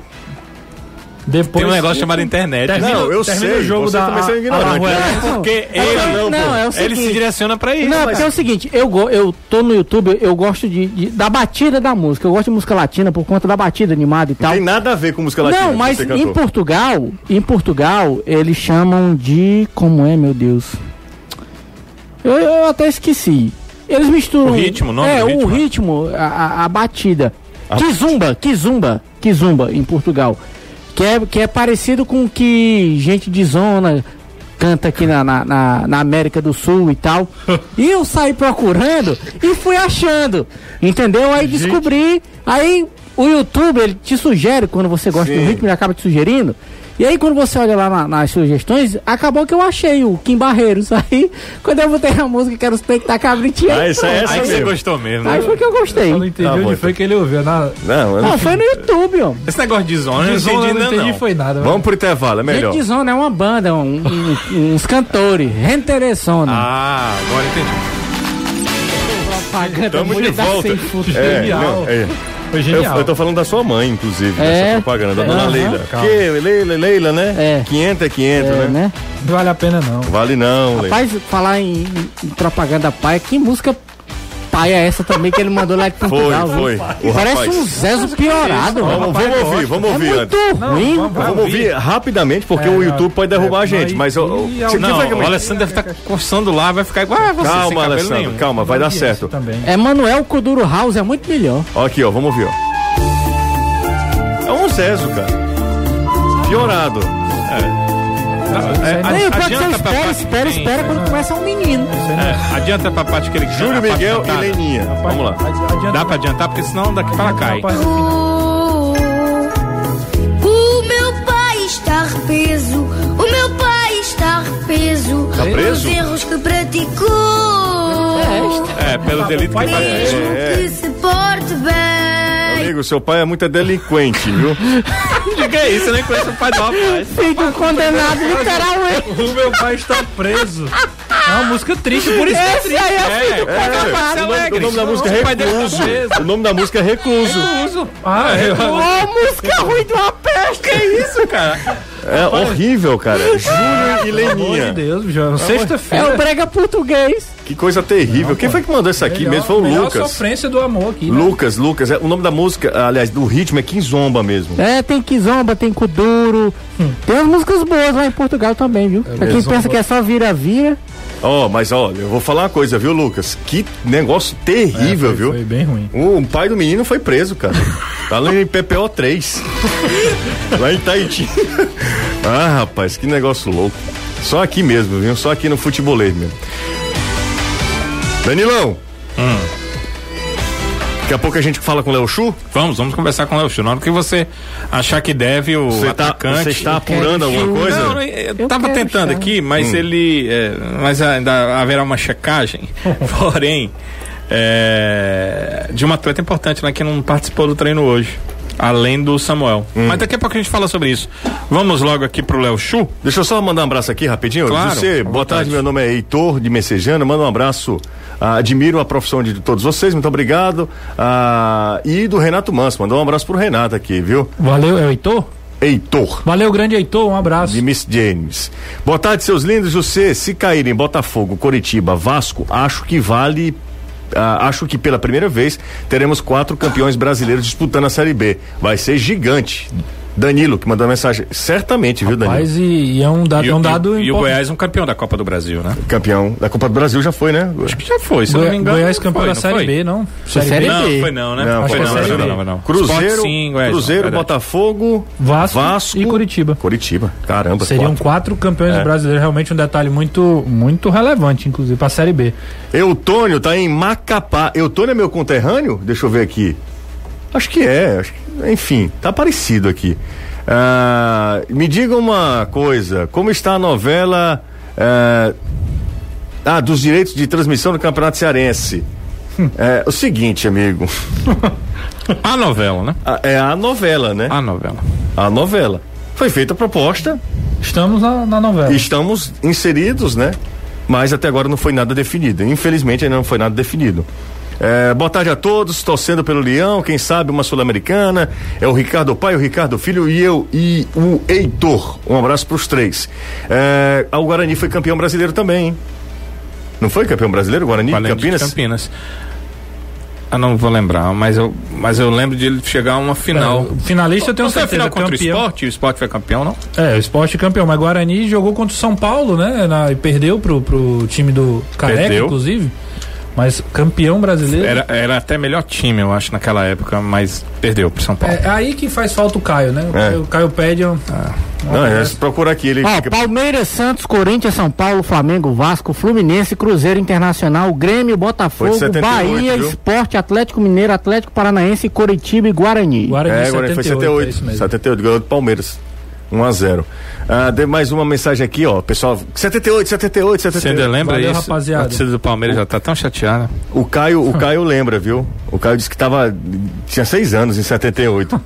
Depois... Tem um negócio chamado internet. né? Termina- Não, eu termina sei, o jogo você da também é ignorante. Arruela. Não, Porque é ele, porque- não, não, pô. é o seguinte. ele se direciona pra isso. Não, porque é o seguinte, eu, go- eu tô no YouTube, eu gosto de, de- da batida da música. Eu gosto de música latina por conta da batida animada e Não tal. tem nada a ver com música latina. Não, que mas você em cantou. Portugal, em Portugal, eles chamam de. Como é, meu Deus? Eu, eu até esqueci. Eles misturam. O ritmo, o nome É, do o ritmo, é. ritmo, a, a- a batida. Kizumba, Kizumba, Kizumba, em Portugal. Que é, que é parecido com o que gente de zona canta aqui na, na, na- na América do Sul e tal. E eu saí procurando e fui achando. Entendeu? Aí descobri. Aí o YouTube ele te sugere quando você gosta do ritmo, ele acaba te sugerindo. E aí quando você olha lá na- nas sugestões, acabou que eu achei o Kim Barreiros. Aí, quando eu botei a música que era os peitos da cabritinha. Ah, isso é pronto. essa Aí aí você mesmo. gostou mesmo. Aí né? foi que eu gostei. Eu não entendi Tá onde bom, foi que ele ouviu. Na... Não, eu não Ah, foi no YouTube, ó. Esse negócio de zona, eu não De zona, entendi eu ainda não entendi não. foi nada. Vamos pro intervalo, é melhor. Gente de Zona é uma banda, um- um- uns cantores. Renteressona. Ah, agora entendi. Propaganda Estamos de muito da volta. sem fundo. É, Genial. não, é. mas foi Eu, genial. eu tô falando da sua mãe, inclusive, É. dessa propaganda, da dona Aham. Leila. Calma. Que Leila, Leila, né? É. 500 é 500, É, né? né? Não vale a pena, não. Vale não, Leila. Rapaz, falar em, em propaganda paia, que música paia é essa também que ele mandou lá de Portugal? Foi, viu? foi. O Parece rapaz- um Zezo piorado. Vamos, mano. vamos ouvir, vamos É ouvir muito antes. ruim. vamos- Vamos ouvir rapidamente, porque É, o não, YouTube pode derrubar é, a gente, mas... não, eu- eu- e você- ao- quem Não, foi que- o Alessandro deve estar coçando lá, vai ficar igual a você, sem Calma, cabelo Alessandro, nenhum. calma, vai dar Audiência tá certo. Também. É Manuel Kuduro House, é muito melhor. Ó aqui, ó, vamos ouvir, ó. É um Zezo, cara. Piorado. É, É, adi- pior que você adianta pra espera, parte que espera, tem- né? espera quando começa um menino. É, adianta pra parte que ele Júlio a parte Miguel e cantada. Leninha. Vamos lá. Adianta- Dá pra adiantar, porque senão daqui pra lá cai. Rapaz, O meu pai está repeso, o meu pai está repeso. Tá preso? Os erros que praticou. É, pelo delito que ele faz. Mesmo É. que se porte bem. Amigo, seu pai é muito delinquente, viu? Diga aí, você é nem conhece o pai do rapaz. Fica condenado literalmente. O meu pai está preso. É uma música triste, por isso que é Esse triste. aí é É, É, Marcos o, nome, Alegre. o nome da Não, música o é pai dele tá Recluso. preso. O nome da música é Recluso. Ah, é. uma música ruim de uma peste. Isso, cara. É horrível, cara. Júlio e Pelo amor de Leninha. Deus, João. É Sexta-feira. o brega português. Que coisa terrível. Quem foi que mandou isso aqui Melhor- mesmo? Foi o melhor Lucas. sofrência do amor aqui. né? Lucas, Lucas. É, o nome da música, aliás, do ritmo é Quinzomba mesmo. É, tem Kizomba, tem Kuduro. Tem umas músicas boas lá em Portugal também, viu? pra quem mesmo. pensa que é só vira-vira. Ó, mas olha, eu vou falar uma coisa, viu, Lucas? Que negócio terrível, É, Foi- viu? Foi bem ruim. O Um, pai do menino foi preso, cara. Tá lá em PPO 3. lá em Tahiti. ah, rapaz, que negócio louco. Só aqui mesmo, viu? Só aqui no futebolês mesmo. Danilão. Daqui a pouco a gente fala com o Léo Chu. Vamos, vamos conversar com o Léo Chu. Na hora que você achar que deve o Você tá, atacante... você está quero apurando alguma Chu. coisa? Não, não, eu Eu tava quero tentando estar. aqui, mas Hum. ele. é, mas ainda haverá uma checagem. Porém, é, de um atleta importante lá que não participou do treino hoje. Além do Samuel. Hum. Mas daqui a pouco a gente fala sobre isso. Vamos logo aqui pro Léo Chu. Deixa eu só mandar um abraço aqui rapidinho. Claro, Você, à boa vontade. tarde, meu nome é Heitor de Messejana, manda um abraço. Ah, admiro a profissão de todos vocês, muito obrigado. Ah, e do Renato Manso, mandou um abraço pro Renato aqui, viu? Valeu, é o Heitor? Heitor. Valeu, grande Heitor, um abraço. De Miss James. Boa tarde, seus lindos. Você, se caírem Botafogo, Coritiba, Vasco, acho que vale. ah, acho que pela primeira vez teremos quatro campeões brasileiros disputando a Série B. Vai ser gigante. Danilo, que mandou a mensagem. Certamente, viu, Danilo? Mas e, e é um dado, E, é um o- dado e o importante. Goiás é um campeão da Copa do Brasil, né? Campeão da Copa do Brasil já foi, né? Já foi, se eu Goi- não me engano. Goiás não campeão foi, da não Série foi? B, não? Série, Série B. é B. Não, foi não, né? Não, foi, foi não, não, foi foi não, não. foi não. é Cruzeiro, Sport, sim, Goiás, não, Cruzeiro, verdade. Botafogo, Vasco, Vasco e Curitiba. Curitiba. Caramba, Seriam quatro. É. quatro campeões brasileiros, realmente um detalhe muito, muito relevante, inclusive, pra Série B. Eutônio tá em Macapá. Eutônio é meu conterrâneo? Deixa eu ver aqui. Acho que é. acho que- Enfim, tá parecido aqui. Ah, me diga uma coisa: como está a novela eh, ah, dos direitos de transmissão do Campeonato Cearense? Hum. É o seguinte, amigo. A novela, né? a- É a novela, né? A novela. Ah. A novela. Foi feita a proposta, Estamos na, na novela. estamos inseridos, né? Mas até agora não foi nada definido. Infelizmente ainda não foi nada definido. É, boa tarde a todos, torcendo pelo Leão, quem sabe uma Sul-Americana. É o Ricardo Pai, o Ricardo Filho e eu e o Heitor. Um abraço pros três. É, o Guarani foi campeão brasileiro também, hein? Não foi campeão brasileiro? Guarani, Guarani de Campinas? Campinas. Eu não vou lembrar, mas eu, mas eu lembro de ele chegar a uma final. É, Finalista eu tenho É, Não foi a certeza. final contra campeão. o esporte? O esporte foi campeão, não? É, o esporte campeão. Mas Guarani jogou contra o São Paulo, né? na- e perdeu pro, pro time do Careca, Perdeu. inclusive. Mas campeão brasileiro. Era, era até melhor time, eu acho, naquela época, mas perdeu pro São Paulo. É, é aí que faz falta o Caio, né? O É. Caio- O Caio pede. um- Não, é, se procurar aqui, Ah, ele Ó, fica- Palmeiras, Santos, Corinthians, São Paulo, Flamengo, Vasco, Fluminense, Cruzeiro Internacional, Grêmio, Botafogo, Foi de 78, Bahia, viu? Esporte, Atlético Mineiro, Atlético Paranaense, Coritiba e Guarani. Guarani, É, 78, agora foi é 78. isso mesmo. 78, ganhou do Palmeiras. 1 a 0 ah, Dei mais uma mensagem aqui, ó. Pessoal, 78, 78, Você ainda 78. lembra Valeu, isso? rapaziada. A torcida do Palmeiras já tá tão chateada. O Caio, o Caio lembra, viu? O Caio disse que tava. Tinha seis anos em 78.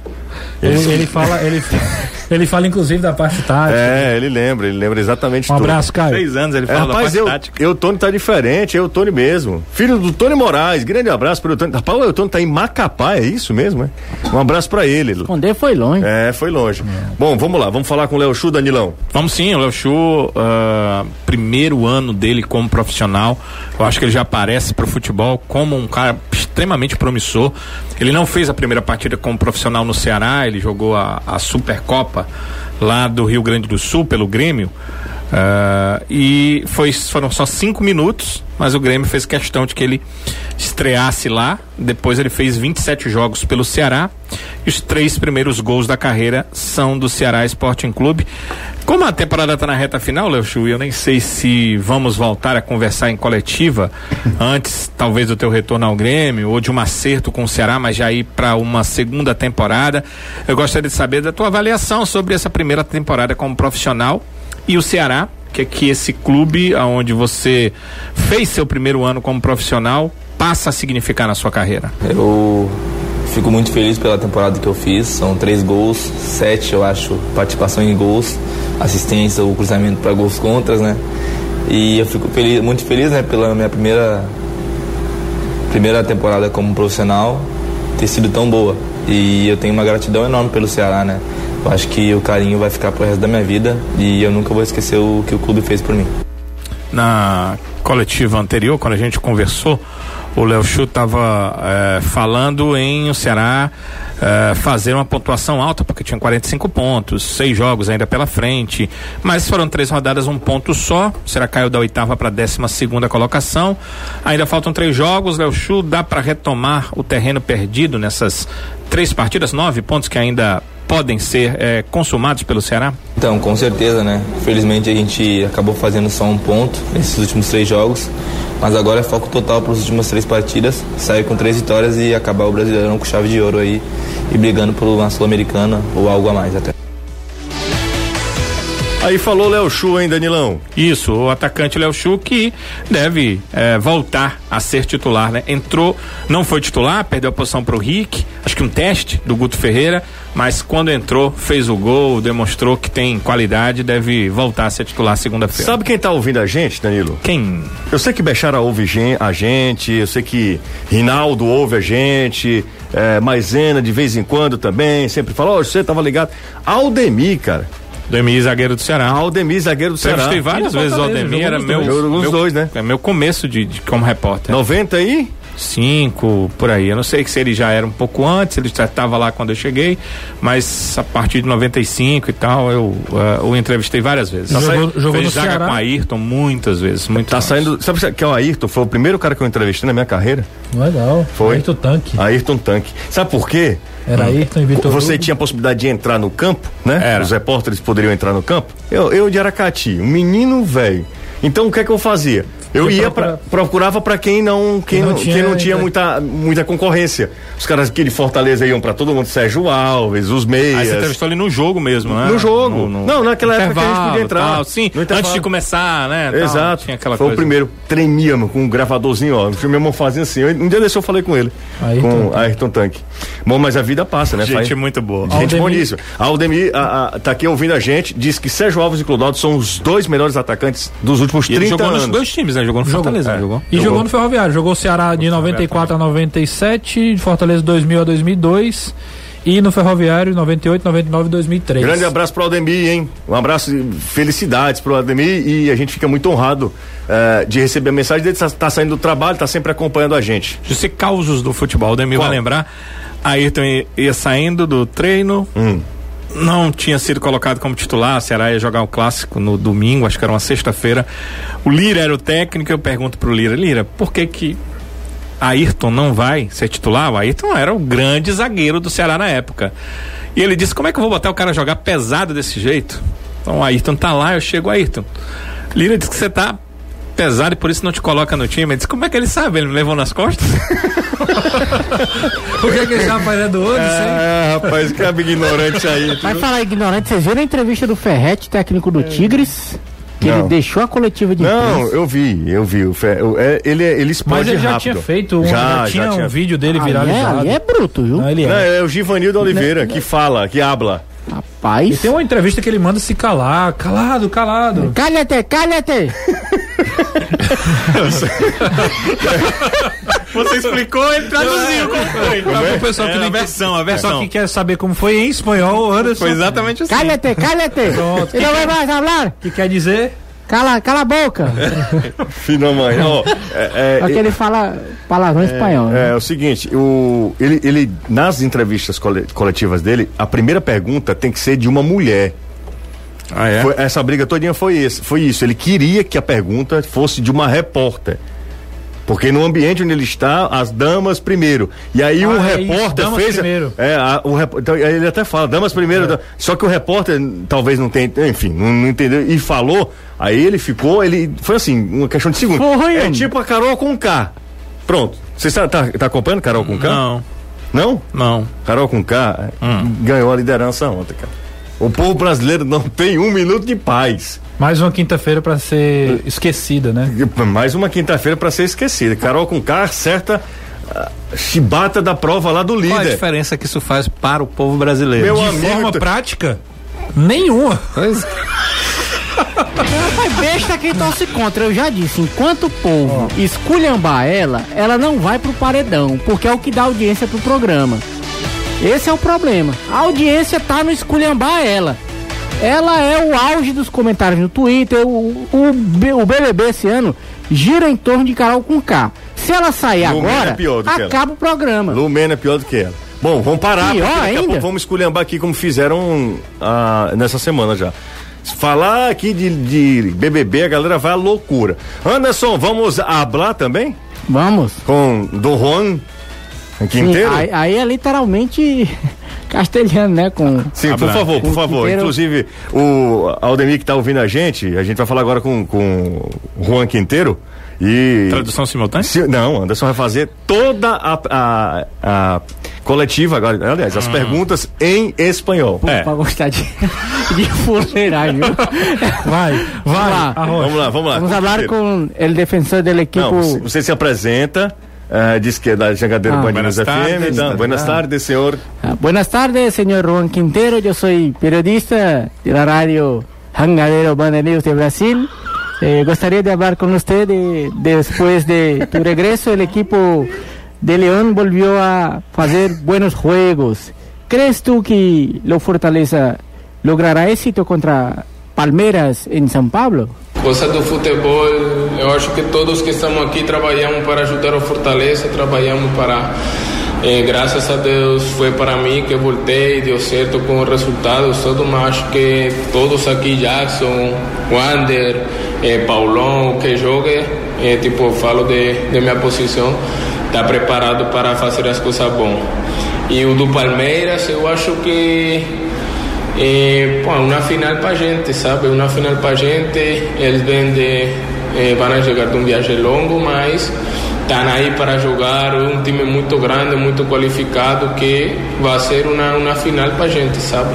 Ele, ele fala, ele, ele fala inclusive da parte tática. É, ele lembra, ele lembra exatamente Um tudo. abraço, Caio. Seis anos ele É, fala rapaz, da eu, tática. eu, Tony, tá diferente, eu, Tony mesmo. Filho do Tony Moraes, grande abraço pro Tony. Rapaz, o Tony tá em Macapá, é isso mesmo, é? Um abraço pra ele. Esconder foi longe. É, foi longe. Bom, vamos lá, vamos falar com o Léo Chu, Danilão. Vamos sim, o Léo Xu, ah, primeiro ano dele como profissional, eu acho que ele já aparece para o futebol como um cara extremamente promissor. Ele não fez a primeira partida como profissional no Ceará, ele jogou a, a Supercopa lá do Rio Grande do Sul pelo Grêmio. ah, e foi, foram só cinco minutos, mas o Grêmio fez questão de que ele estreasse lá. Depois ele fez 27 jogos pelo Ceará. E os três primeiros gols da carreira são do Ceará Sporting Clube. Como a temporada está na reta final, Léo Chu, e eu nem sei se vamos voltar a conversar em coletiva antes, talvez, do teu retorno ao Grêmio ou de um acerto com o Ceará, mas já ir para uma segunda temporada. Eu gostaria de saber da tua avaliação sobre essa primeira temporada como profissional e o Ceará, que é que esse clube aonde você fez seu primeiro ano como profissional passa a significar na sua carreira. Eu fico muito feliz pela temporada que eu fiz. São três gols, sete, eu acho, participação em gols, assistência ou cruzamento para gols contras, né? E eu fico feliz, muito feliz, né, pela minha primeira primeira temporada como profissional ter sido tão boa. E eu tenho uma gratidão enorme pelo Ceará, né? Eu acho que o carinho vai ficar pro resto da minha vida e eu nunca vou esquecer o que o clube fez por mim. na coletiva anterior, quando a gente conversou, o Léo Chu estava falando em o Ceará eh, fazer uma pontuação alta, porque tinha 45 pontos, seis jogos ainda pela frente, mas foram três rodadas, um ponto só. O Ceará caiu da oitava para a décima segunda colocação. Ainda faltam três jogos. Léo Chu dá para retomar o terreno perdido nessas três partidas, nove pontos que ainda podem ser eh, consumados pelo Ceará? Então, com certeza, né? Felizmente a gente acabou fazendo só um ponto nesses últimos três jogos, mas agora é foco total para as últimas três partidas, sair com três vitórias e acabar o Brasileirão com chave de ouro aí e brigando por uma Sul-Americana ou algo a mais até. Aí falou Léo Chu, hein, Danilão? Isso, o atacante Léo Chu que deve eh, voltar a ser titular, né? Entrou, não foi titular, perdeu a posição para o Rick, acho que um teste do Guto Ferreira, mas quando entrou, fez o gol, demonstrou que tem qualidade, deve voltar a ser titular segunda-feira. Sabe quem tá ouvindo a gente, Danilo? Quem? Eu sei que Bechara ouve gen- a gente, eu sei que Rinaldo ouve a gente, é, Maisena de vez em quando também, sempre fala, ó, você tava ligado. Aldemir, cara. Demir, zagueiro do Ceará. Aldemir, zagueiro do Ceará. Entrevistei várias E do vezes o Fortaleza, Aldemir, jogou era nos meu, dois. Jogou nos meu, dois, né? é meu começo de, de- como repórter. 90 aí? cinco por aí. Eu não sei se ele já era um pouco antes, ele já estava lá quando eu cheguei, mas a partir de 95 e tal, eu ah, o entrevistei várias vezes. Jogou- Saiu- jogou fez no zaga Ceará. com Ayrton muitas vezes, muitas Tá vezes. saindo. Sabe que é o Ayrton? Foi o primeiro cara que eu entrevistei na minha carreira? Legal. Foi. Ayrton Tanque. Ayrton Tanque. Sabe por quê? Era Ayrton e Vitor Você Hugo. tinha a possibilidade de entrar no campo, né? Era. Os repórteres poderiam entrar no campo. Eu, eu de Aracati, um menino velho. Então o que é que eu fazia? Eu Você ia procura- pra, procurava pra quem não quem não não, tinha quem não tinha ainda. muita, muita concorrência. Os caras aqui de Fortaleza iam pra todo mundo, Sérgio Alves, os Aí você meias. entrevistou ele no jogo mesmo, né? No jogo. Não, naquela época que a gente intervalo, podia entrar. Tal, sim, No intervalo. antes de começar, né? tal, Exato. tinha aquela Foi o coisa. primeiro. Tremíamos com um gravadorzinho, ó. Meu irmão fazia assim. Eu- um dia desse eu falei com ele. Ayrton com Ayrton Tanque. Bom, mas a vida passa, né? Gente Faz- muito boa. Gente Aldemir. boníssima. A Aldemir a, a- tá aqui ouvindo a gente, diz que Sérgio Alves e Clodoaldo são os dois melhores atacantes dos últimos E ele 30 jogou anos. nos dois times, né? Jogou no Fortaleza, É. não jogou. E jogou. no Ferroviário. Jogou o Ceará de 94 a 97, de Fortaleza 2000 a 2002. e no Ferroviário 98, 99 e 2003. Grande abraço para o Aldemir, hein? Um abraço e felicidades para o Aldemir e a gente fica muito honrado eh, de receber a mensagem dele. Está saindo do trabalho, está sempre acompanhando a gente. De ser causos do futebol, Demir Qual? vai lembrar. Ayrton ia, ia saindo do treino. Não tinha sido colocado como titular, o Ceará ia jogar o clássico no domingo, acho que era uma sexta-feira. O Lira era o técnico, eu pergunto pro Lira, Lira, por que que Ayrton não vai ser titular? O Ayrton era o grande zagueiro do Ceará na época. E ele disse: Como é que eu vou botar o cara jogar pesado desse jeito? Então o Ayrton tá lá, eu chego, Ayrton. Lira disse que você tá pesado e por isso não te coloca no time. Ele disse: Como é que ele sabe? Ele me levou nas costas? Por que que ele tá fazendo hoje? Ah, rapaz, que amigo ignorante aí. Vai falar ignorante, vocês viram a entrevista do Ferrete, técnico do Tigres? Que Não. ele deixou a coletiva de Não, imprensa. eu vi, eu vi. O Fe- o- é, ele, é- ele explode Mas ele já rápido. tinha feito, um, Já, já, tinha já tinha. um vídeo dele Ali é, viralizado. ali é bruto, viu? Não, ele é. Não, é o Givanildo Oliveira Né? que fala, que habla. Rapaz. E tem uma entrevista que ele manda se calar, calado, um- calado. Calha-te, calha-te! Você explicou, ele traduziu como foi. é? O pessoal É, que a nem versão, a Só versão. que quer saber como foi em espanhol, Anderson. Foi exatamente assim. Cállate, cállate. Pronto. Você não vai mais falar? é. Que quer dizer? Cala, cala a boca. Fina mãe. Ó, é, é, Só que ele fala palavrão espanhol. É, né? é o seguinte, o, ele, ele, nas entrevistas cole- coletivas dele, a primeira pergunta tem que ser de uma mulher. Ah, é? Foi- essa briga todinha foi, esse, foi isso. Ele queria que a pergunta fosse de uma repórter. Porque no ambiente onde ele está, as damas primeiro. E aí o Ah, é isso, repórter damas fez. primeiro. É. É, a- o repó- então, aí ele até fala, damas primeiro. da- Só que o repórter n- talvez não tenha. Enfim, não, não entendeu. E falou, aí ele ficou, ele. Foi assim, uma questão de segundo. Foi, é homem. tipo a Carol com K. Pronto. Você está tá, tá acompanhando Carol com K? Não, Não? não. Carol com K ganhou a liderança ontem, cara. O povo brasileiro não tem um minuto de paz. Mais uma quinta-feira pra ser esquecida, né? Mais uma quinta-feira pra ser esquecida. Carol com K acerta a chibata da prova lá do Qual a líder. diferença que isso faz para o povo brasileiro? Meu De- amigo, Forma tu- prática? Nenhuma. Mas besta quem torce contra, eu já disse. Enquanto o povo esculhambar ela, ela não vai pro paredão, porque é o que dá audiência pro programa. Esse é o problema. A audiência tá no esculhambar ela. Ela é o auge dos comentários no Twitter. O, o, B- o BBB esse ano gira em torno de Carol com K. Se ela sair Lumena agora, é pior do que ela. acaba o programa. Lumena é pior do que ela. Bom, vamos parar, Pior porque daqui a ainda? pouco vamos esculhambar aqui como fizeram ah, nessa semana já. Falar aqui de, de BBB, a galera vai à loucura. Anderson, vamos hablar também? Vamos. Com Don Juan Quinteiro? Sim, aí, aí é literalmente castelhano, né? Com... Sim, por Abraço. favor, por O favor. Quinteiro- Inclusive, o Aldemir que está ouvindo a gente, a gente vai falar agora com, com o Juan Quinteiro e... Tradução né? simultânea? Se- não, Anderson vai fazer toda a, a- a coletiva agora, aliás, as perguntas em espanhol. Ah. É. Pra gostar de, de fuleiragem, viu? Vai, vai. lá. arroz. Vamos lá, vamos lá. Vamos falar Quinteiro. com el defensor del equipo. Não, se- você se apresenta, eh, diz que é da Jangadeiro Ah. ah, Buenas Buenas FM. tardes, dá- tá Buenas ligado? tardes, senhor. Ah, buenas tardes, señor Juan Quintero. Yo soy periodista de la radio Hangadero Banderillos de Brasil. Eh, gustaría de hablar con usted de- después de tu regreso. El equipo de León volvió a hacer buenos juegos. ¿Crees tú que lo Fortaleza logrará éxito contra Palmeiras en San Pablo? Você do futebol, eu acho que todos que estamos aqui trabalhamos para ajudar o Fortaleza, trabalhamos para. eh, graças a Deus foi para mim que voltei, deu certo com os resultados. Todo, mas acho que todos aqui, Jackson, Wander, eh, Paulão, que jogue, eh, tipo, falo de, de minha posição, está preparado para fazer as coisas bom. E o do Palmeiras, eu acho que é, pô, uma final pra gente, sabe? Uma final pra gente. Eles vêm de. É, vão chegar de um viagem longo, mas estão aí para jogar. Um time muito grande, muito qualificado, que vai ser uma, uma final pra gente, sabe?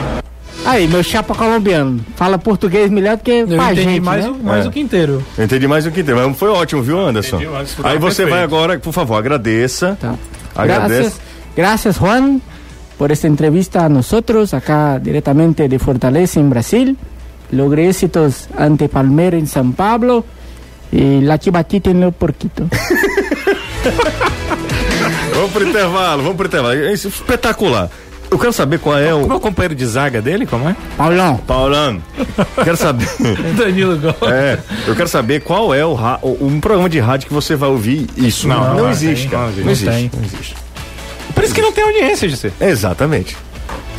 Aí, meu chapa colombiano. Fala português melhor do que Eu pra entendi gente, mais, né? o, mais É. o Quinteiro. Eu entendi mais do que tem, mas foi ótimo, viu, Anderson? Entendi, mas Aí você tá perfeito. vai agora, por favor, agradeça. Tá. Agradeço. Gracias, gracias Juan por esta entrevista a nosotros acá directamente de Fortaleza en Brasil. Logré éxitos ante Palmeiras en San Pablo y la chivatita en el porquito. Vamos pro intervalo, vamos pro intervalo. É isso, espetacular. eu quero saber qual é Como é o. o companheiro de zaga dele? Como é? Paulão, Paulano, quero saber. Danilo Gomes. É, eu quero saber qual é o ra- o- um programa de rádio que você vai ouvir isso. Não, não existe, tem, cara. não existe. Não existe. é, Tem. Não existe. Por isso que não tem audiência, GC. Exatamente.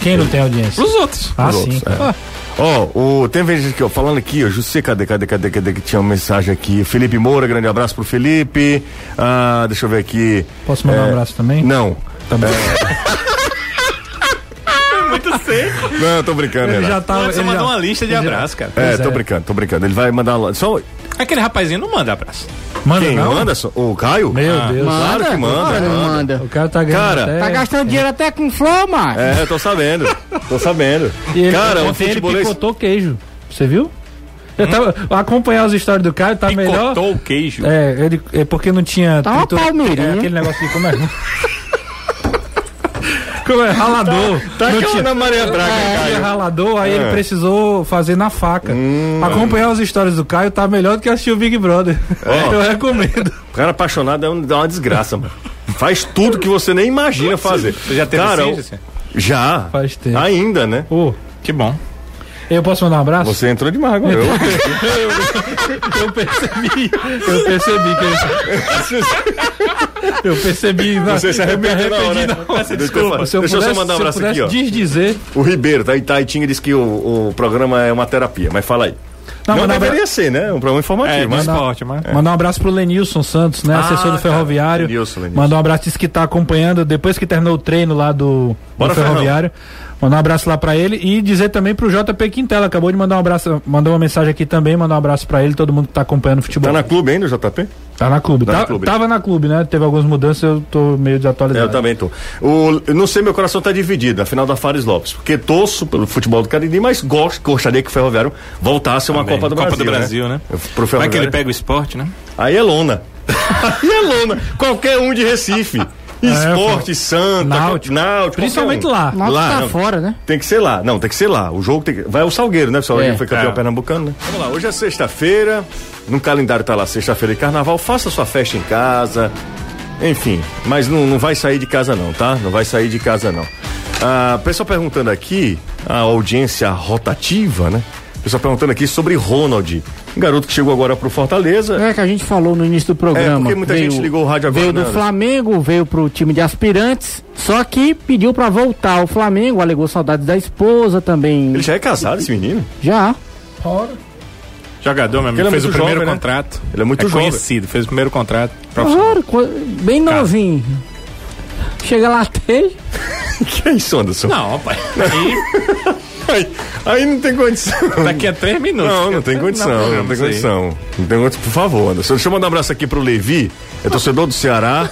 Quem não tem audiência? Pros outros. Ah, Os sim. outros, é. Ah, Ó, o tem gente aqui, ó, falando aqui, ó, José, cadê, cadê, cadê, cadê, que tinha uma mensagem aqui. Felipe Moura, grande abraço pro Felipe. Ah, deixa eu ver aqui. Posso mandar um abraço também? É. Não. Também. É. Não, eu tô brincando, Ele Renato. já tava. Tá, Você ele já- mandou uma lista de ele já- abraço, cara. É, Pois tô é. brincando, tô brincando. Ele vai mandar lá. Só Aquele rapazinho não manda abraço. Manda, quem não? manda? só- O Caio? Meu Ah, Deus. Claro que manda, Claro que manda. manda. O cara tá ganhando. Cara, até- Tá gastando dinheiro até com flor, macho. É, eu tô sabendo. Tô sabendo. E ele, Cara, um ontem ele futebolista. picotou queijo. Você viu? Eu tava. Acompanhar as histórias do cara tá melhor. Picotou o queijo. É, ele, é porque não tinha. Tá uma palmeirinha. é, aquele negócio de como é. como é? Ralador. Tá não aquela tinha, na Maria Braga, tinha Caio. ralador, aí É. É, Hum. ele precisou fazer na faca. Acompanhar as histórias do Caio tá melhor do que assistir o Big Brother. Ó. Eu recomendo. O cara apaixonado é um- é uma desgraça, mano. Faz tudo que você nem imagina fazer. Você já teve cara, assim, o- José? Já. Faz tempo. Ainda, né? Ô, Que bom. eu posso mandar um abraço? Você entrou demais agora. Eu- Eu percebi. Eu percebi que ele. Eu percebi. na- Você se eu me arrependeu na hora, arrependi né? na hora. Deixa eu falar- Se eu Deixa eu só pudesse- mandar um se eu abraço aqui, pudesse ó. desdizer. O Ribeiro, tá? Itaitinga disse que o, o programa é uma terapia, mas fala aí. Não, mandar um deveria ser, né? Um programa informativo, É, mas... mas esporte, mas. Mandar um abraço pro Lenilson Santos, né? assessor do Ah, cara, Ferroviário. Lenilson, Lenilson. Mandar um abraço, disse que tá acompanhando depois que terminou o treino lá do, Bora, do Ferroviário. Mandar um abraço lá pra ele e dizer também pro JP Quintela. Acabou de mandar um abraço, mandou uma mensagem aqui também, mandar um abraço pra ele, todo mundo que tá acompanhando o futebol. Tá na clube ainda, JP? Tá na clube. Tá na Tá- clube. Tava na clube, né? Teve algumas mudanças, eu tô meio É, desatualizado. eu também tô. O, eu não sei, meu coração tá dividido, afinal da Fares Lopes, porque torço pelo futebol do Cariri, mas gosto, gostaria que o Ferroviário voltasse a uma Também. Copa do Copa Brasil. do Brasil, né? Eu- Pro Como é que Ferroviário. ele pega o esporte, né? Aí é lona. Aí é lona. Qualquer um de Recife. Esporte, Santa, É, Náutico. Náutico Principalmente qualquer um. lá. Nossa, lá, tá não. fora, né? Tem que ser lá. Não, tem que ser lá. O jogo tem que... Vai o Salgueiro, né? O Salgueiro É. foi campeão É. pernambucano, né? Vamos lá, hoje é sexta-feira. No calendário tá lá sexta-feira de carnaval. Faça sua festa em casa. Enfim, mas não, não vai sair de casa não, tá? Não vai sair de casa não. Ah, pessoal perguntando aqui, a audiência rotativa, né? Pessoal perguntando aqui sobre Ronald. Um garoto que chegou agora pro Fortaleza. É que a gente falou no início do É, programa. porque muita gente ligou o rádio agora, né, Veio do Anderson? Flamengo, veio pro time de aspirantes, só que pediu pra voltar ao Flamengo, alegou saudades da esposa também. Ele já é casado, esse menino? Já. Jogador, meu Ele amigo, é fez o muito primeiro jovem, né? contrato. Ele é muito é jovem. conhecido, fez o primeiro contrato. profissional. Claro, co- bem novinho. Chega lá até. Que é isso, Anderson? Não, pai. Aí, Aí, aí não tem condição. daqui a três minutos. Não, não tem condição, Não, não, não tem sei. condição. Não tem condição, por favor, Anderson. Deixa eu mandar um abraço aqui pro Levi, é torcedor do Ceará.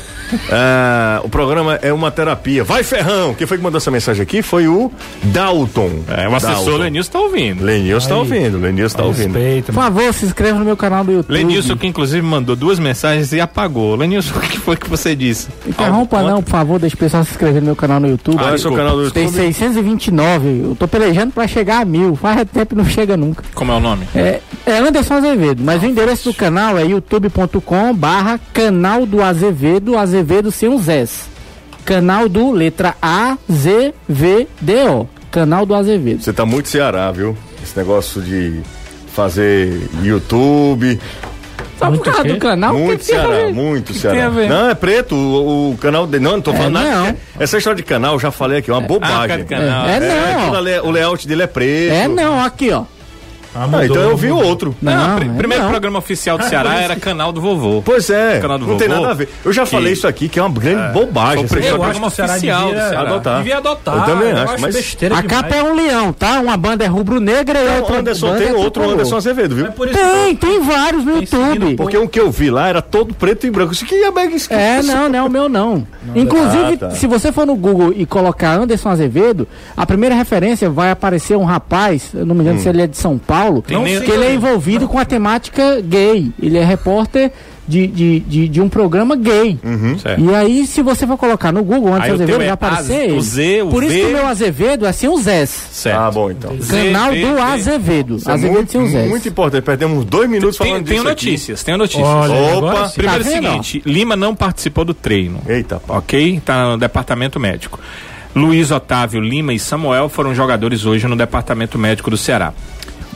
É, o programa é uma terapia. Vai, Ferrão! Quem foi que mandou essa mensagem aqui? Foi o Dalton. É, o assessor Lenilson tá ouvindo. Lenilson tá ouvindo, Lenilson tá ouvindo. Respeita, Por mano. favor, se inscreva no meu canal do YouTube. Lenilson, que inclusive mandou duas mensagens e apagou. Lenilson, o que foi que você disse? Interrompa não, por favor, deixa o pessoal se inscrever no meu canal no YouTube. Ah, esse é o canal do Tem YouTube. 629, eu tô pelejando pra chegar a mil. Faz tempo que não chega nunca. Como é o nome? É, é Anderson Azevedo, mas o endereço do canal é youtube.com barra canal do Azevedo, Azevedo sem os S. Canal do letra A, Z, V, D, O. Canal do Azevedo. Você tá muito Ceará, viu? Esse negócio de fazer YouTube. Só tá por Muito causa quê? do canal, Ah, o Muito que que tem a Ceará, ver? muito tem a Ceará. ver? É, Não, é preto, o, o canal dele. Não, não tô falando nada. não. ah, Essa história de canal, eu já falei aqui, é uma bobagem. cada canal. É, não, aquilo ó. ali é- o layout dele é preto. É não, aqui, ó. Ah, Ah, mudou, então eu vi o mudou. outro. Não, pr- é primeiro não. programa oficial do Ceará era canal do vovô. Pois é, Canal do não tem vovô, nada a ver. Eu já que- falei isso aqui, que é uma grande bobagem. Foi o essa Eu primeiro história. acho que o Ceará Oficial do devia Ceará. Adotar. Devia tá, adotar. Eu também acho, mas- besteira A demais. capa é um leão, tá? Uma banda é rubro-negra e Não, outra Anderson, banda tem é outro tricolor. Anderson Azevedo, viu? É por isso que- Tem, tem vários no YouTube. Porque o que eu vi lá era todo preto e branco. Isso que é mega esquisito. É, não, não é o meu não. Inclusive, Ah, tá. se você for no Google e colocar Anderson Azevedo, a primeira referência vai aparecer um rapaz, eu não me engano se ele é de São Paulo, Tem nem- que ele é envolvido com a temática gay. Ele é repórter de, de, de, de um programa gay. Hum? Certo. E aí, se você for colocar no Google Uhum. Aí o Anderson teu Azevedo, é vai aparecer Az- o ele. Z, o Por isso V. que o meu Azevedo é sem os S. Certo. Ah, bom, então. Z, Canal V, do V. Azevedo. Isso é Azevedo muito, sem os S. muito importante. Perdemos dois minutos Tem, falando tenho disso. aqui. notícias, tenho notícias. Olha, Opa. agora sim. Primeiro é o Tá vendo? seguinte, Lima não participou do treino. Eita, pau. Ok? Tá no departamento médico. Luiz Otávio Lima e Samuel foram jogadores hoje no departamento médico do Ceará.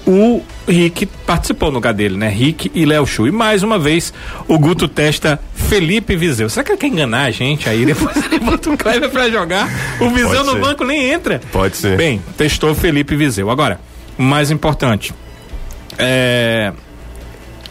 O Rick participou no lugar dele, né? Rick e Léo Chu. E mais uma vez, o Guto testa Felipe Viseu. Será que ele quer enganar a gente aí? Depois ele bota o Kleber pra jogar, o Viseu Pode no ser. banco nem entra. Pode ser. Bem, testou Felipe Viseu. Agora, o mais importante, é...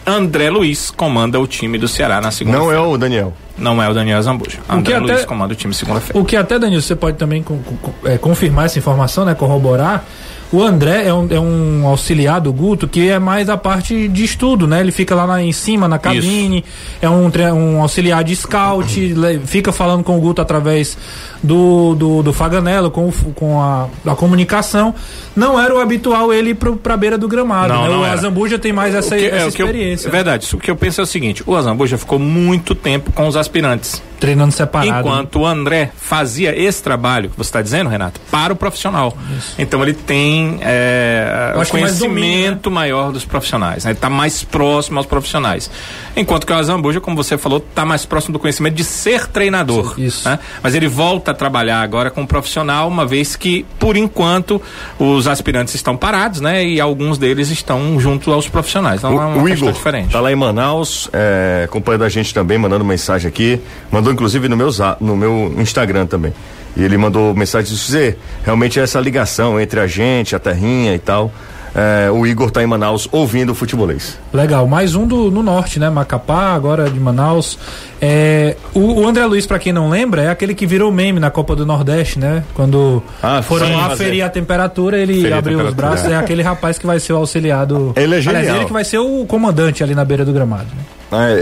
André Luiz comanda o time do Ceará na segunda Não é o Daniel. não é o Daniel Zambuja. que André até- Luiz comanda o time segunda-feira. O que até, Danilo, você pode também con- con- é, confirmar essa informação, né? Corroborar. O André é um, é um auxiliar do Guto que é mais a parte de estudo, né? Ele fica lá na- em cima, na cabine, é um, tre- um auxiliar de scout, le- fica falando com o Guto através do, do, do Faganello, com, o f- com a, a comunicação. Não era o habitual ele ir pro, pra beira do gramado, Não, né? não o era. Azambuja tem mais essa, O que- é, essa o que eu- experiência. é verdade, isso. o que eu penso é o seguinte: o Azambuja ficou muito tempo com os aspirantes. Treinando separado. né? Enquanto o André fazia esse trabalho que você está dizendo, Renato, para o profissional. Então ele tem é, Eu acho que mais conhecimento domínio, né? maior dos profissionais, né? ele está mais próximo aos profissionais. Enquanto que o Azambuja, como você falou, está mais próximo do conhecimento de ser treinador. Isso. né? Mas ele volta a trabalhar agora com o profissional, uma vez que, por enquanto, os aspirantes estão parados, né? E alguns deles estão junto aos profissionais. Então é uma O, o questão Igor diferente. tá lá em Manaus, é, acompanhando a gente também, mandando mensagem aqui. Mandou inclusive no meu, za- no meu Instagram também. E ele mandou mensagem dizer, realmente é essa ligação entre a gente, a terrinha e tal. É, o Igor tá em Manaus ouvindo o futebolês. Legal, mais um do, no norte, né? Macapá, agora de Manaus. É, o, o André Luiz, pra quem não lembra, é aquele que virou meme na Copa do Nordeste, né? Quando Ah, foram sim, lá fazer. ferir a temperatura, ele Ferir a abriu os temperatura. braços. É aquele rapaz que vai ser o auxiliado. Ele é Aliás, genial. ele que vai ser o comandante ali na beira do gramado. né?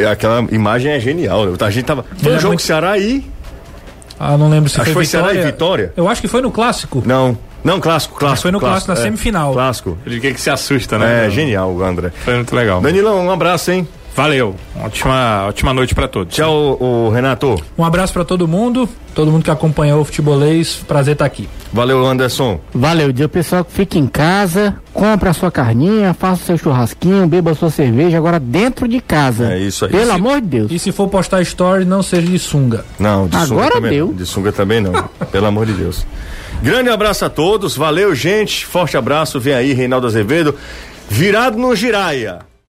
É, aquela imagem é genial. né? A gente tava. Foi Ele um é jogo muito- do Ceará aí? Ah, não lembro se Acho que foi foi, Ceará e Vitória. Eu acho que foi no Clássico. Não. Não, clássico, clássico. foi no clássico, na é. semifinal. Clássico. De que, que se assusta, É, né? genial o André. Foi muito legal. Danilão, um abraço, hein? Valeu. Ótima, ótima noite para todos. Tchau, o Renato. Um abraço pra todo mundo, todo mundo que acompanhou o futebolês. Prazer estar aqui. Valeu, Anderson. Valeu, dia pessoal que fica em casa, compra a sua carninha, faça o seu churrasquinho, beba a sua cerveja agora dentro de casa. É isso aí. Pelo Se- amor de Deus. E se for postar story, não seja de sunga. Não, de sunga Agora também deu. não. De sunga também não. Pelo amor de Deus. Grande abraço a todos. Valeu, gente. Forte abraço. Vem aí, Reinaldo Azevedo. Virado no Giraia.